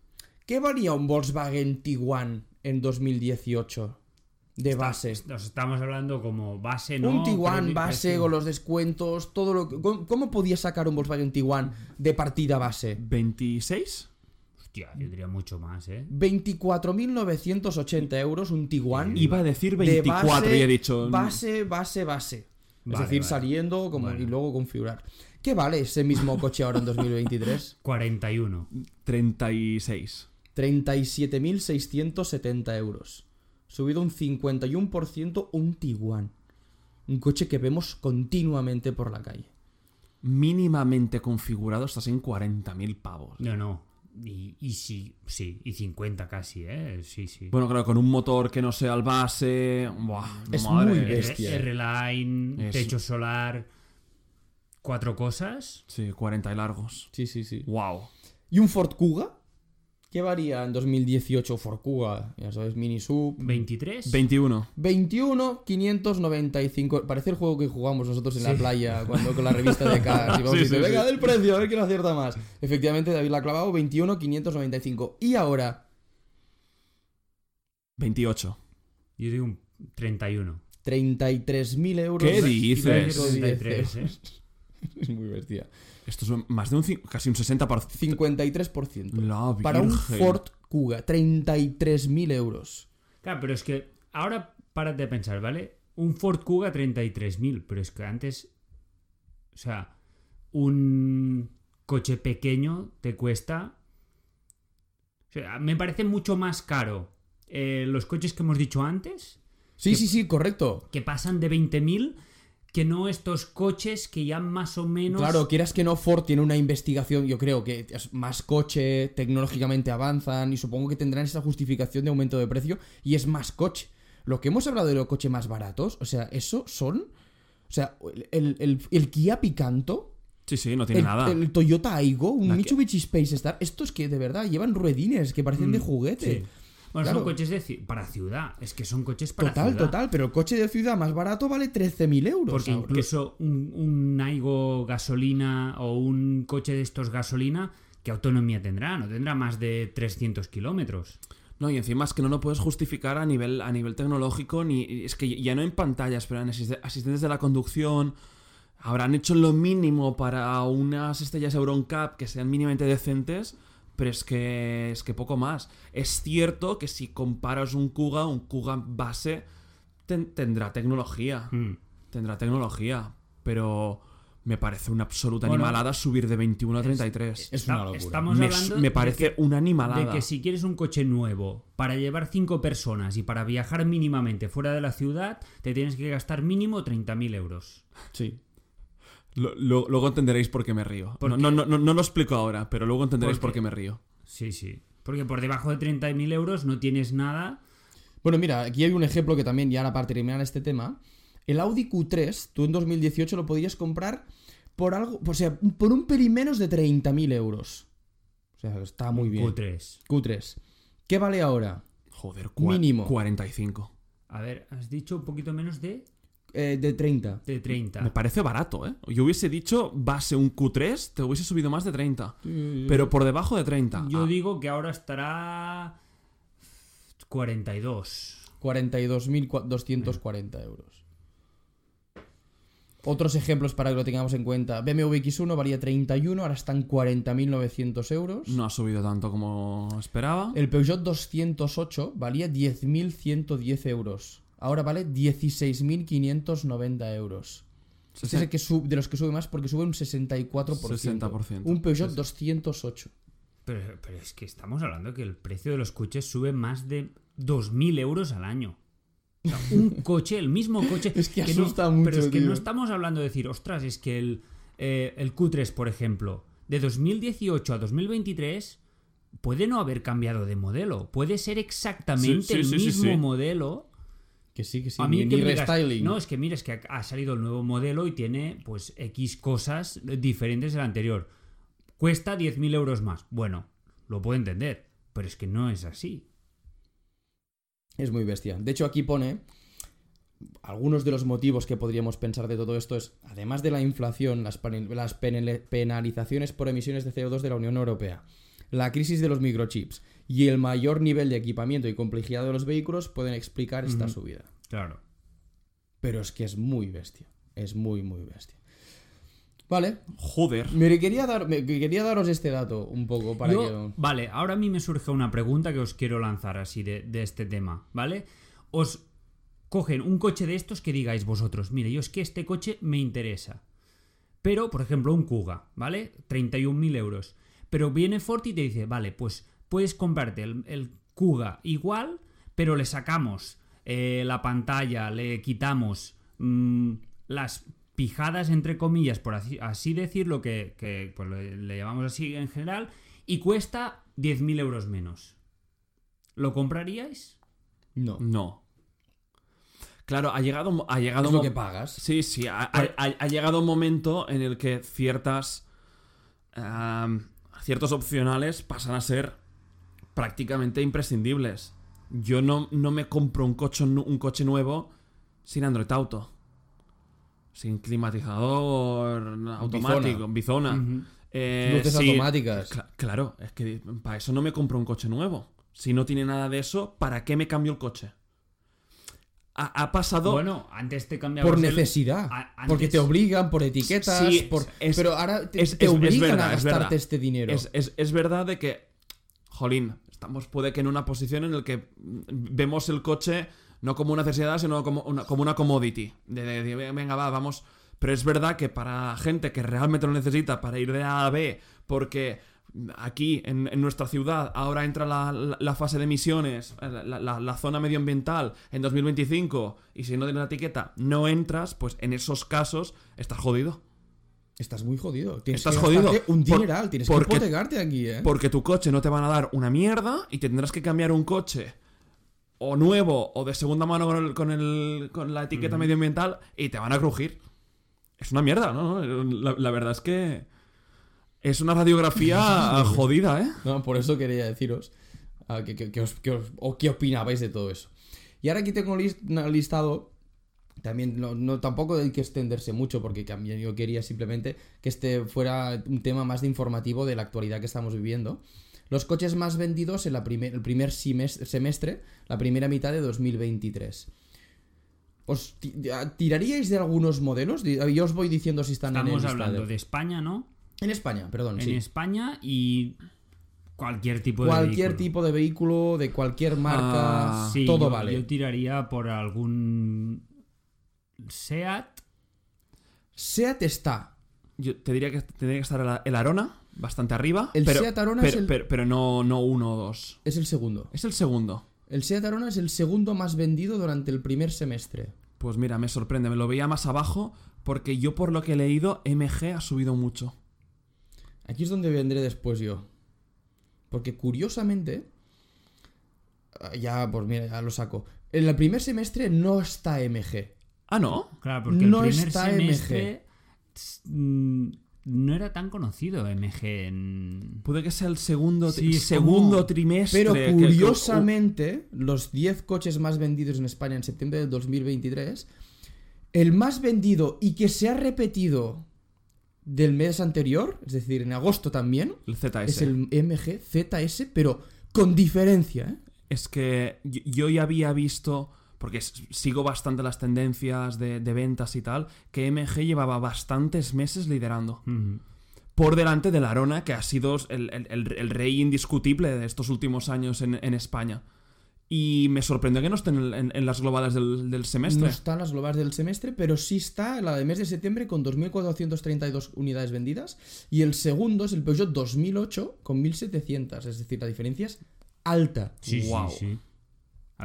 [SPEAKER 2] ¿qué valía un Volkswagen Tiguan en 2018 de base?
[SPEAKER 3] Nos estamos hablando como base, ¿no?
[SPEAKER 2] un Tiguan
[SPEAKER 3] Pero-
[SPEAKER 2] base
[SPEAKER 3] pero-
[SPEAKER 2] con los descuentos, todo lo que... ¿Cómo, cómo podías sacar un Volkswagen Tiguan de partida base?
[SPEAKER 1] ¿26?
[SPEAKER 3] Hostia, yo diría mucho más, ¿eh?
[SPEAKER 2] 24.980 euros un Tiguan.
[SPEAKER 1] Iba a decir
[SPEAKER 2] de
[SPEAKER 1] 24
[SPEAKER 2] base,
[SPEAKER 1] y he dicho. mm,
[SPEAKER 2] Base, base, base.
[SPEAKER 3] Vale,
[SPEAKER 2] es decir,
[SPEAKER 3] vale.
[SPEAKER 2] saliendo como,
[SPEAKER 3] Vale.
[SPEAKER 2] y luego configurar. ¿Qué vale ese mismo coche ahora en
[SPEAKER 3] (laughs)
[SPEAKER 2] 2023?
[SPEAKER 3] 41.
[SPEAKER 1] 36.
[SPEAKER 2] 37.670 euros. Subido un 51% un Tiguan. Un coche que vemos continuamente por la calle.
[SPEAKER 1] Mínimamente configurado estás en 40.000 pavos.
[SPEAKER 3] No, no. Y, y sí, sí. Y 50 casi, ¿eh? Sí, sí.
[SPEAKER 1] Bueno, claro, con un motor que no sea al base. Buah,
[SPEAKER 2] Es
[SPEAKER 1] madre.
[SPEAKER 2] muy
[SPEAKER 3] R-
[SPEAKER 2] bestia.
[SPEAKER 3] R-Line,
[SPEAKER 1] Es-
[SPEAKER 3] techo solar, cuatro cosas.
[SPEAKER 1] Sí, 40 y largos.
[SPEAKER 2] Sí, sí, sí.
[SPEAKER 1] Wow.
[SPEAKER 2] ¿Y un Ford Kuga? ¿Qué varía en 2018 Ford Kuga? Ya sabes, mini sub.
[SPEAKER 3] 23.
[SPEAKER 1] 21.
[SPEAKER 2] 21, 595. Parece el juego que jugamos nosotros en la playa cuando con la revista de
[SPEAKER 1] (laughs)
[SPEAKER 2] Cars. Y vamos
[SPEAKER 1] Sí,
[SPEAKER 2] diciendo,
[SPEAKER 1] sí,
[SPEAKER 2] venga,
[SPEAKER 1] sí.
[SPEAKER 2] del precio, a ver quién acierta más. Efectivamente, David la ha clavado, 21, 595. Y ahora,
[SPEAKER 1] 28.
[SPEAKER 3] Yo digo un 31.
[SPEAKER 2] 33.000 euros.
[SPEAKER 1] ¿Qué
[SPEAKER 3] Iba a decir
[SPEAKER 1] dices?
[SPEAKER 3] 33, ¿eh?
[SPEAKER 2] (laughs) Es muy bestia.
[SPEAKER 1] Esto es un- más de un cin- casi un 60%.
[SPEAKER 2] 53%.
[SPEAKER 1] La
[SPEAKER 2] Para un
[SPEAKER 1] Virgen.
[SPEAKER 2] Ford Kuga, 33.000 euros.
[SPEAKER 3] Claro, pero es que ahora párate a pensar, ¿vale? Un Ford Kuga 33.000, pero es que antes, o sea, un coche pequeño te cuesta... O sea, me parece mucho más caro eh, los coches que hemos dicho antes,
[SPEAKER 2] Sí,
[SPEAKER 3] Que-
[SPEAKER 2] sí, sí, correcto.
[SPEAKER 3] que pasan de 20.000, que no estos coches que ya más o menos...
[SPEAKER 2] Claro, quieras que no, Ford tiene una investigación, yo creo que es más coche, tecnológicamente avanzan y supongo que tendrán esa justificación de aumento de precio y es más coche. Lo que hemos hablado de los coches más baratos, o sea, eso son... O sea, el, el- el- el Kia Picanto,
[SPEAKER 1] Sí, sí, no tiene
[SPEAKER 2] el,
[SPEAKER 1] nada.
[SPEAKER 2] el Toyota Aigo, un
[SPEAKER 1] La que-
[SPEAKER 2] Mitsubishi Space Star, estos que de verdad llevan ruedines que parecen de juguete.
[SPEAKER 3] Mm, Sí. Bueno,
[SPEAKER 2] Claro.
[SPEAKER 3] son coches de ci- para ciudad, es que son coches para
[SPEAKER 2] Total,
[SPEAKER 3] ciudad.
[SPEAKER 2] total, pero el coche de ciudad más barato vale 13.000 euros.
[SPEAKER 3] Porque
[SPEAKER 2] ahora.
[SPEAKER 3] incluso un, un Aigo gasolina o un coche de estos gasolina, ¿qué autonomía tendrá? No tendrá más de 300 kilómetros.
[SPEAKER 1] No, y encima es que no lo puedes justificar a nivel, a nivel tecnológico, ni es que ya no en pantallas, pero en asiste- asistentes de la conducción. Habrán hecho lo mínimo para unas estrellas Euroncap que sean mínimamente decentes, pero es que es que poco más. Es cierto que si comparas un Kuga, un Kuga base ten- tendrá tecnología,
[SPEAKER 3] Mm.
[SPEAKER 1] tendrá tecnología, pero me parece una absoluta
[SPEAKER 3] Bueno,
[SPEAKER 1] animalada subir de 21 a 33.
[SPEAKER 2] Es una locura.
[SPEAKER 3] Estamos
[SPEAKER 1] me,
[SPEAKER 3] hablando
[SPEAKER 1] me
[SPEAKER 3] de
[SPEAKER 1] parece
[SPEAKER 3] que-
[SPEAKER 1] una
[SPEAKER 3] de
[SPEAKER 1] animalada.
[SPEAKER 3] que, si quieres un coche nuevo para llevar cinco personas y para viajar mínimamente fuera de la ciudad, te tienes que gastar mínimo 30.000 euros.
[SPEAKER 2] Sí.
[SPEAKER 1] Lo- lo- luego entenderéis por qué me río.
[SPEAKER 3] ¿Por
[SPEAKER 1] no,
[SPEAKER 3] qué?
[SPEAKER 1] No, no, no, no lo explico ahora, pero luego entenderéis
[SPEAKER 3] ¿Por
[SPEAKER 1] por
[SPEAKER 3] qué?
[SPEAKER 1] qué me río.
[SPEAKER 3] Sí, sí. Porque por debajo de 30.000 euros no tienes nada.
[SPEAKER 2] Bueno, mira, aquí hay un ejemplo que también, ya ahora para terminar este tema, el Audi Q3, tú en 2018 lo podías comprar por algo, o sea, por un peri menos de 30.000 euros. O sea, está muy bien.
[SPEAKER 3] Q3.
[SPEAKER 2] Q3. ¿Qué vale ahora?
[SPEAKER 1] Joder, cua-
[SPEAKER 2] Mínimo.
[SPEAKER 1] 45.
[SPEAKER 3] A ver, has dicho un poquito menos de,
[SPEAKER 2] Eh, de 30.
[SPEAKER 3] de 30.
[SPEAKER 1] Me parece barato, ¿eh? Yo hubiese dicho base un Q3, te hubiese subido más de 30. Pero por debajo de 30.
[SPEAKER 3] Yo
[SPEAKER 1] Ah,
[SPEAKER 3] digo que ahora estará 42.
[SPEAKER 2] 42.240 euros. Otros ejemplos para que lo tengamos en cuenta. BMW X1 valía 31, ahora están 40.900 euros.
[SPEAKER 1] No ha subido tanto como esperaba.
[SPEAKER 3] Eh,
[SPEAKER 2] El Peugeot 208 valía 10.110 euros. Ahora vale 16.590 euros.
[SPEAKER 1] Se-
[SPEAKER 2] Este es el que sub- de los que sube más porque sube un 64%.
[SPEAKER 1] 60%.
[SPEAKER 2] Un Peugeot 208.
[SPEAKER 3] Pero, pero es que estamos hablando que el precio de los coches sube más de 2.000 euros al año. O sea, un coche, el mismo coche.
[SPEAKER 2] Es que
[SPEAKER 3] no-
[SPEAKER 2] asusta mucho,
[SPEAKER 3] Pero es que
[SPEAKER 2] tío.
[SPEAKER 3] no estamos hablando de decir, ostras, es que el, eh, el Q3, por ejemplo, de 2018 a 2023 puede no haber cambiado de modelo. Puede ser exactamente
[SPEAKER 1] Sí, sí,
[SPEAKER 3] el
[SPEAKER 1] sí, sí,
[SPEAKER 3] mismo
[SPEAKER 1] sí.
[SPEAKER 3] modelo.
[SPEAKER 2] Que sí, que sí.
[SPEAKER 3] a mí
[SPEAKER 2] ni
[SPEAKER 3] que
[SPEAKER 2] ni
[SPEAKER 3] me digas,
[SPEAKER 2] restyling.
[SPEAKER 3] No, es que mira, es que ha, ha salido el nuevo modelo y tiene pues X cosas diferentes del anterior. Cuesta 10.000 euros más. Bueno, lo puedo entender, pero es que no es así.
[SPEAKER 2] Es muy bestia. De hecho, aquí pone algunos de los motivos que podríamos pensar de todo esto es, además de la inflación, las, pane- las penele- penalizaciones por emisiones de CO2 de la Unión Europea, la crisis de los microchips y el mayor nivel de equipamiento y complejidad de los vehículos pueden explicar esta
[SPEAKER 3] Ujú.
[SPEAKER 2] subida.
[SPEAKER 3] Claro.
[SPEAKER 2] Pero es que es muy bestia. Es muy, muy bestia. Vale.
[SPEAKER 1] Joder.
[SPEAKER 2] Me quería, dar, me quería daros este dato un poco para
[SPEAKER 3] Yo-
[SPEAKER 2] que...
[SPEAKER 3] Vale, ahora a mí me surge una pregunta que os quiero lanzar así de, de este tema, ¿vale? Os cogen un coche de estos que digáis vosotros, mire, yo es que este coche me interesa. Pero, por ejemplo, un Kuga, ¿vale? 31.000 euros. Pero viene Ford y te dice, vale, pues puedes comprarte el, el Kuga igual, pero le sacamos eh, la pantalla, le quitamos mm, las pijadas, entre comillas, por así, así decirlo, que, que, pues, le, le llamamos así en general, y cuesta 10.000 euros menos. ¿Lo compraríais?
[SPEAKER 2] No.
[SPEAKER 1] No. Claro, ha llegado, un- ha llegado
[SPEAKER 2] Es lo
[SPEAKER 1] un-
[SPEAKER 2] que pagas.
[SPEAKER 1] Sí, sí, ha, ha- ha- ha llegado un momento en el que ciertas. am, ciertos opcionales pasan a ser prácticamente imprescindibles. Yo no, no me compro un coche, nu- un coche nuevo sin Android Auto. Sin climatizador automático, bizona.
[SPEAKER 3] Ujú.
[SPEAKER 1] Eh,
[SPEAKER 2] Luces
[SPEAKER 1] sí,
[SPEAKER 2] automáticas.
[SPEAKER 1] cla- claro, es que para eso no me compro un coche nuevo. Si no tiene nada de eso, ¿para qué me cambio el coche? Ha, ha pasado.
[SPEAKER 3] Bueno, antes te cambiabas
[SPEAKER 2] por
[SPEAKER 1] pues,
[SPEAKER 3] el-
[SPEAKER 2] necesidad.
[SPEAKER 3] a- antes-
[SPEAKER 2] Porque te obligan, por etiquetas,
[SPEAKER 1] Sí,
[SPEAKER 2] por...
[SPEAKER 1] es-
[SPEAKER 2] pero ahora te,
[SPEAKER 1] es-
[SPEAKER 2] te
[SPEAKER 1] es- es
[SPEAKER 2] obligan
[SPEAKER 1] verdad,
[SPEAKER 2] a
[SPEAKER 1] es verdad.
[SPEAKER 2] gastarte este dinero.
[SPEAKER 1] es, es- es verdad de que. Jolín, estamos puede que en una posición en la que mm, vemos el coche no como una necesidad, sino como una, como una commodity. De, de- de, venga, va, vamos. Pero es verdad que para gente que realmente lo necesita para ir de A a B, porque aquí en, en nuestra ciudad ahora entra la, la- la fase de emisiones, eh, la, la- la zona medioambiental en 2025, y si no tienes la etiqueta no entras, pues en esos casos estás jodido.
[SPEAKER 2] Estás muy jodido. Tienes
[SPEAKER 1] Estás
[SPEAKER 2] que
[SPEAKER 1] jodido.
[SPEAKER 2] gastarte Un
[SPEAKER 1] Por-
[SPEAKER 2] dineral, tienes que
[SPEAKER 1] porque-
[SPEAKER 2] hipotecarte aquí, ¿eh?
[SPEAKER 1] Porque tu coche no te van a dar una mierda y te tendrás que cambiar un coche o nuevo o de segunda mano con, el- con, el- con la etiqueta medioambiental y te van a crujir. Es una mierda, ¿no? La, la verdad es que es una
[SPEAKER 2] (laughs)
[SPEAKER 1] radiografía jodida, ¿eh?
[SPEAKER 2] No, por eso quería deciros ah, que, que- que os- que os- o qué opinabais de todo eso. Y ahora aquí tengo lis- na- listado. También no, no- tampoco hay que extenderse mucho, porque también yo quería simplemente que este fuera un tema más de informativo de la actualidad que estamos viviendo. Los coches más vendidos en la primer- el primer simes- semestre, la primera mitad de 2023. ¿Os ti- a- tiraríais de algunos modelos? Di- Yo os voy diciendo si están en el
[SPEAKER 3] Estamos
[SPEAKER 2] listado.
[SPEAKER 3] hablando de España, ¿no?
[SPEAKER 2] En España, perdón. sí.
[SPEAKER 3] En España y cualquier tipo de
[SPEAKER 2] cualquier
[SPEAKER 3] vehículo.
[SPEAKER 2] tipo de vehículo, de cualquier marca,
[SPEAKER 1] Ah,
[SPEAKER 3] Sí,
[SPEAKER 2] todo
[SPEAKER 3] yo-
[SPEAKER 2] vale.
[SPEAKER 3] Yo tiraría por algún SEAT.
[SPEAKER 2] Seat está.
[SPEAKER 1] Yo te diría que tendría que estar el, el Arona bastante arriba.
[SPEAKER 2] El
[SPEAKER 1] pero,
[SPEAKER 2] Seat Arona
[SPEAKER 1] pero,
[SPEAKER 2] es el-
[SPEAKER 1] pero- pero no, no uno o dos.
[SPEAKER 2] Es el segundo.
[SPEAKER 1] Es el segundo.
[SPEAKER 2] El Seat Arona es el segundo más vendido durante el primer semestre.
[SPEAKER 1] Pues mira, me sorprende. Me lo veía más abajo porque yo por lo que he leído, MG ha subido mucho.
[SPEAKER 2] Aquí es donde vendré después yo. Porque curiosamente. ah, Ya, pues mira, ya lo saco. En el primer semestre no está MG.
[SPEAKER 1] Ah, ¿no?
[SPEAKER 3] Claro, porque
[SPEAKER 2] No
[SPEAKER 3] el primer
[SPEAKER 2] está
[SPEAKER 3] semestre tss, mm, no era tan conocido MG en...
[SPEAKER 1] Puede que sea el segundo, tri-
[SPEAKER 3] Sí, es
[SPEAKER 1] segundo
[SPEAKER 3] como-
[SPEAKER 1] trimestre.
[SPEAKER 2] Pero
[SPEAKER 1] que- que-
[SPEAKER 2] curiosamente, los 10 coches más vendidos en España en septiembre del 2023, el más vendido y que se ha repetido del mes anterior, es decir, en agosto también,
[SPEAKER 1] Uh, el ZS.
[SPEAKER 2] es el MG ZS, pero con diferencia, ¿eh?
[SPEAKER 1] Es que yo- yo ya había visto, porque s- sigo bastante las tendencias de, de ventas y tal, que MG llevaba bastantes meses liderando.
[SPEAKER 3] Ujú.
[SPEAKER 1] Por delante de la Arona, que ha sido el, el- el- el rey indiscutible de estos últimos años en, en España. Y me sorprendió que no estén en, en- en las globales del, del
[SPEAKER 2] No
[SPEAKER 1] semestre.
[SPEAKER 2] están las globales del semestre, pero sí está la del mes de septiembre con 2.432 unidades vendidas. Y el segundo es el Peugeot 2008 con 1.700, es decir, la diferencia es alta.
[SPEAKER 3] Sí, sí,
[SPEAKER 1] Guau.
[SPEAKER 3] sí.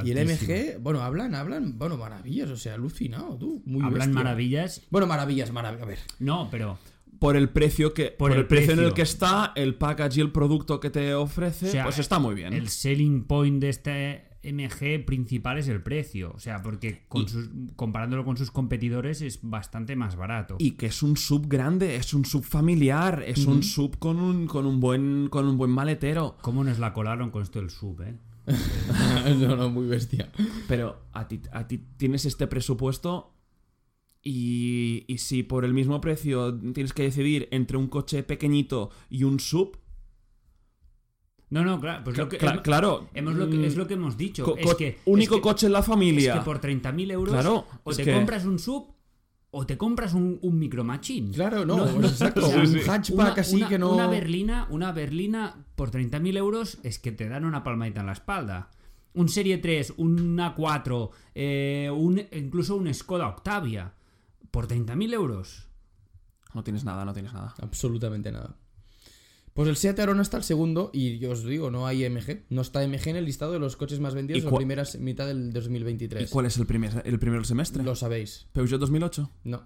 [SPEAKER 2] Y el
[SPEAKER 3] Altísimo.
[SPEAKER 2] MG, bueno, hablan, hablan, bueno, maravillas, o sea, alucinado, tú, muy
[SPEAKER 3] Hablan
[SPEAKER 2] bestia.
[SPEAKER 3] maravillas.
[SPEAKER 2] Bueno, maravillas, maravillas, a ver.
[SPEAKER 3] No, pero
[SPEAKER 1] por el precio que por,
[SPEAKER 3] el
[SPEAKER 1] el precio, en el
[SPEAKER 3] precio.
[SPEAKER 1] que está el package y el producto que te ofrece,
[SPEAKER 3] O sea,
[SPEAKER 1] pues está muy bien.
[SPEAKER 3] El selling point de este MG principal es el precio. O sea, porque con
[SPEAKER 1] Y-
[SPEAKER 3] sus- comparándolo con sus competidores es bastante más barato.
[SPEAKER 1] Y que es un sub grande, es un sub familiar, es un sub con un, con un buen con un buen maletero.
[SPEAKER 3] ¿Cómo nos la colaron con esto del sub, eh?
[SPEAKER 2] (laughs) no, no, muy bestia.
[SPEAKER 1] Pero a ti, a ti tienes este presupuesto y, y si por el mismo precio tienes que decidir entre un coche pequeñito y un sub,
[SPEAKER 3] No, no, claro. Pues lo que,
[SPEAKER 1] cla-
[SPEAKER 3] hemos-
[SPEAKER 1] claro.
[SPEAKER 3] hemos lo que-
[SPEAKER 1] mm,
[SPEAKER 3] es lo que hemos dicho.
[SPEAKER 1] co-
[SPEAKER 3] es
[SPEAKER 1] co-
[SPEAKER 3] que,
[SPEAKER 1] único
[SPEAKER 3] es que,
[SPEAKER 1] coche en la familia.
[SPEAKER 3] es que por 30.000 euros
[SPEAKER 1] Claro,
[SPEAKER 3] o
[SPEAKER 1] es
[SPEAKER 3] te
[SPEAKER 1] que-
[SPEAKER 3] compras un sub o te compras un, un micromachín.
[SPEAKER 2] Claro, no, exacto.
[SPEAKER 3] O sea,
[SPEAKER 2] un hatchback así que no.
[SPEAKER 3] Una berlina, una berlina por 30.000 euros es que te dan una palmadita en la espalda. Un Serie 3, un A4, eh, un- incluso un Skoda Octavia por 30.000 euros.
[SPEAKER 1] No tienes nada, no tienes nada.
[SPEAKER 2] Absolutamente nada. Pues el Seat Arona está el segundo y yo os digo, no hay MG. No está MG en el listado de los coches más vendidos
[SPEAKER 1] ¿Y
[SPEAKER 2] en la
[SPEAKER 1] cua-
[SPEAKER 2] primera se- mitad del
[SPEAKER 1] ¿Y
[SPEAKER 2] 2023.
[SPEAKER 1] cuál es el primer, el primer semestre?
[SPEAKER 2] Lo sabéis.
[SPEAKER 1] Peugeot 2008.
[SPEAKER 2] No.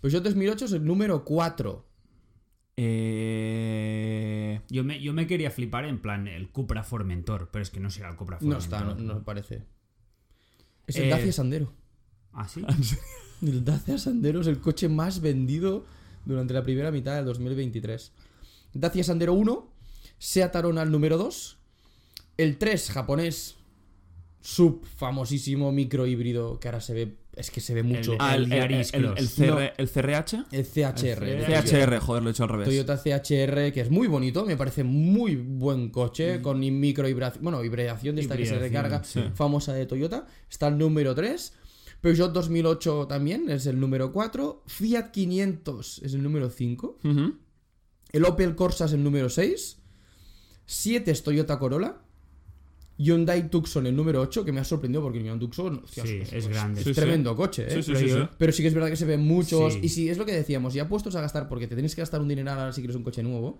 [SPEAKER 2] Pues yo 2008 es el número 4.
[SPEAKER 1] Eh... (laughs)
[SPEAKER 3] Yo me, yo me quería flipar en plan el Cupra Formentor, pero es que no será el Cupra
[SPEAKER 2] No
[SPEAKER 3] Formentor.
[SPEAKER 2] está, no, no parece. Es el
[SPEAKER 3] Eh,
[SPEAKER 2] Dacia Sandero.
[SPEAKER 1] (laughs)
[SPEAKER 3] ¿Ah, sí?
[SPEAKER 2] El Dacia Sandero es el coche más vendido durante la primera mitad del 2023. Dacia Sandero 1, Seat Arona el número 2, el 3 japonés, sub famosísimo micro híbrido que ahora se ve, es que se ve mucho.
[SPEAKER 1] (laughs)
[SPEAKER 3] Ah, El Yaris
[SPEAKER 1] eh, el,
[SPEAKER 3] Cross.
[SPEAKER 1] el CR
[SPEAKER 2] No.
[SPEAKER 1] el CRH.
[SPEAKER 2] El CHR.
[SPEAKER 3] El
[SPEAKER 2] el
[SPEAKER 1] CHR, joder, lo he hecho al revés.
[SPEAKER 2] Toyota CHR, que es muy bonito, me parece muy buen coche, con micro hibración, bueno, hibridación de esta que se
[SPEAKER 3] Hibridación,
[SPEAKER 2] recarga,
[SPEAKER 3] sí.
[SPEAKER 2] famosa de Toyota. Está el número 3. Peugeot 2008 también es el número 4. Fiat 500 es el número 5.
[SPEAKER 1] Ujú.
[SPEAKER 2] El Opel Corsa es el número 6. 7 es Toyota Corolla. Hyundai Tucson el número 8, que me ha sorprendido porque el Hyundai Tucson hostias,
[SPEAKER 3] Sí,
[SPEAKER 2] es,
[SPEAKER 3] es grande.
[SPEAKER 1] Sí, sí.
[SPEAKER 2] tremendo coche,
[SPEAKER 1] Sí,
[SPEAKER 2] ¿eh?
[SPEAKER 1] sí,
[SPEAKER 3] Pero
[SPEAKER 1] sí,
[SPEAKER 3] yo-
[SPEAKER 1] sí.
[SPEAKER 2] Pero sí que es verdad que se ven muchos.
[SPEAKER 3] Sí.
[SPEAKER 2] Y si es lo que decíamos, ya puestos a gastar, porque te tienes que gastar un dineral ahora si quieres un coche nuevo.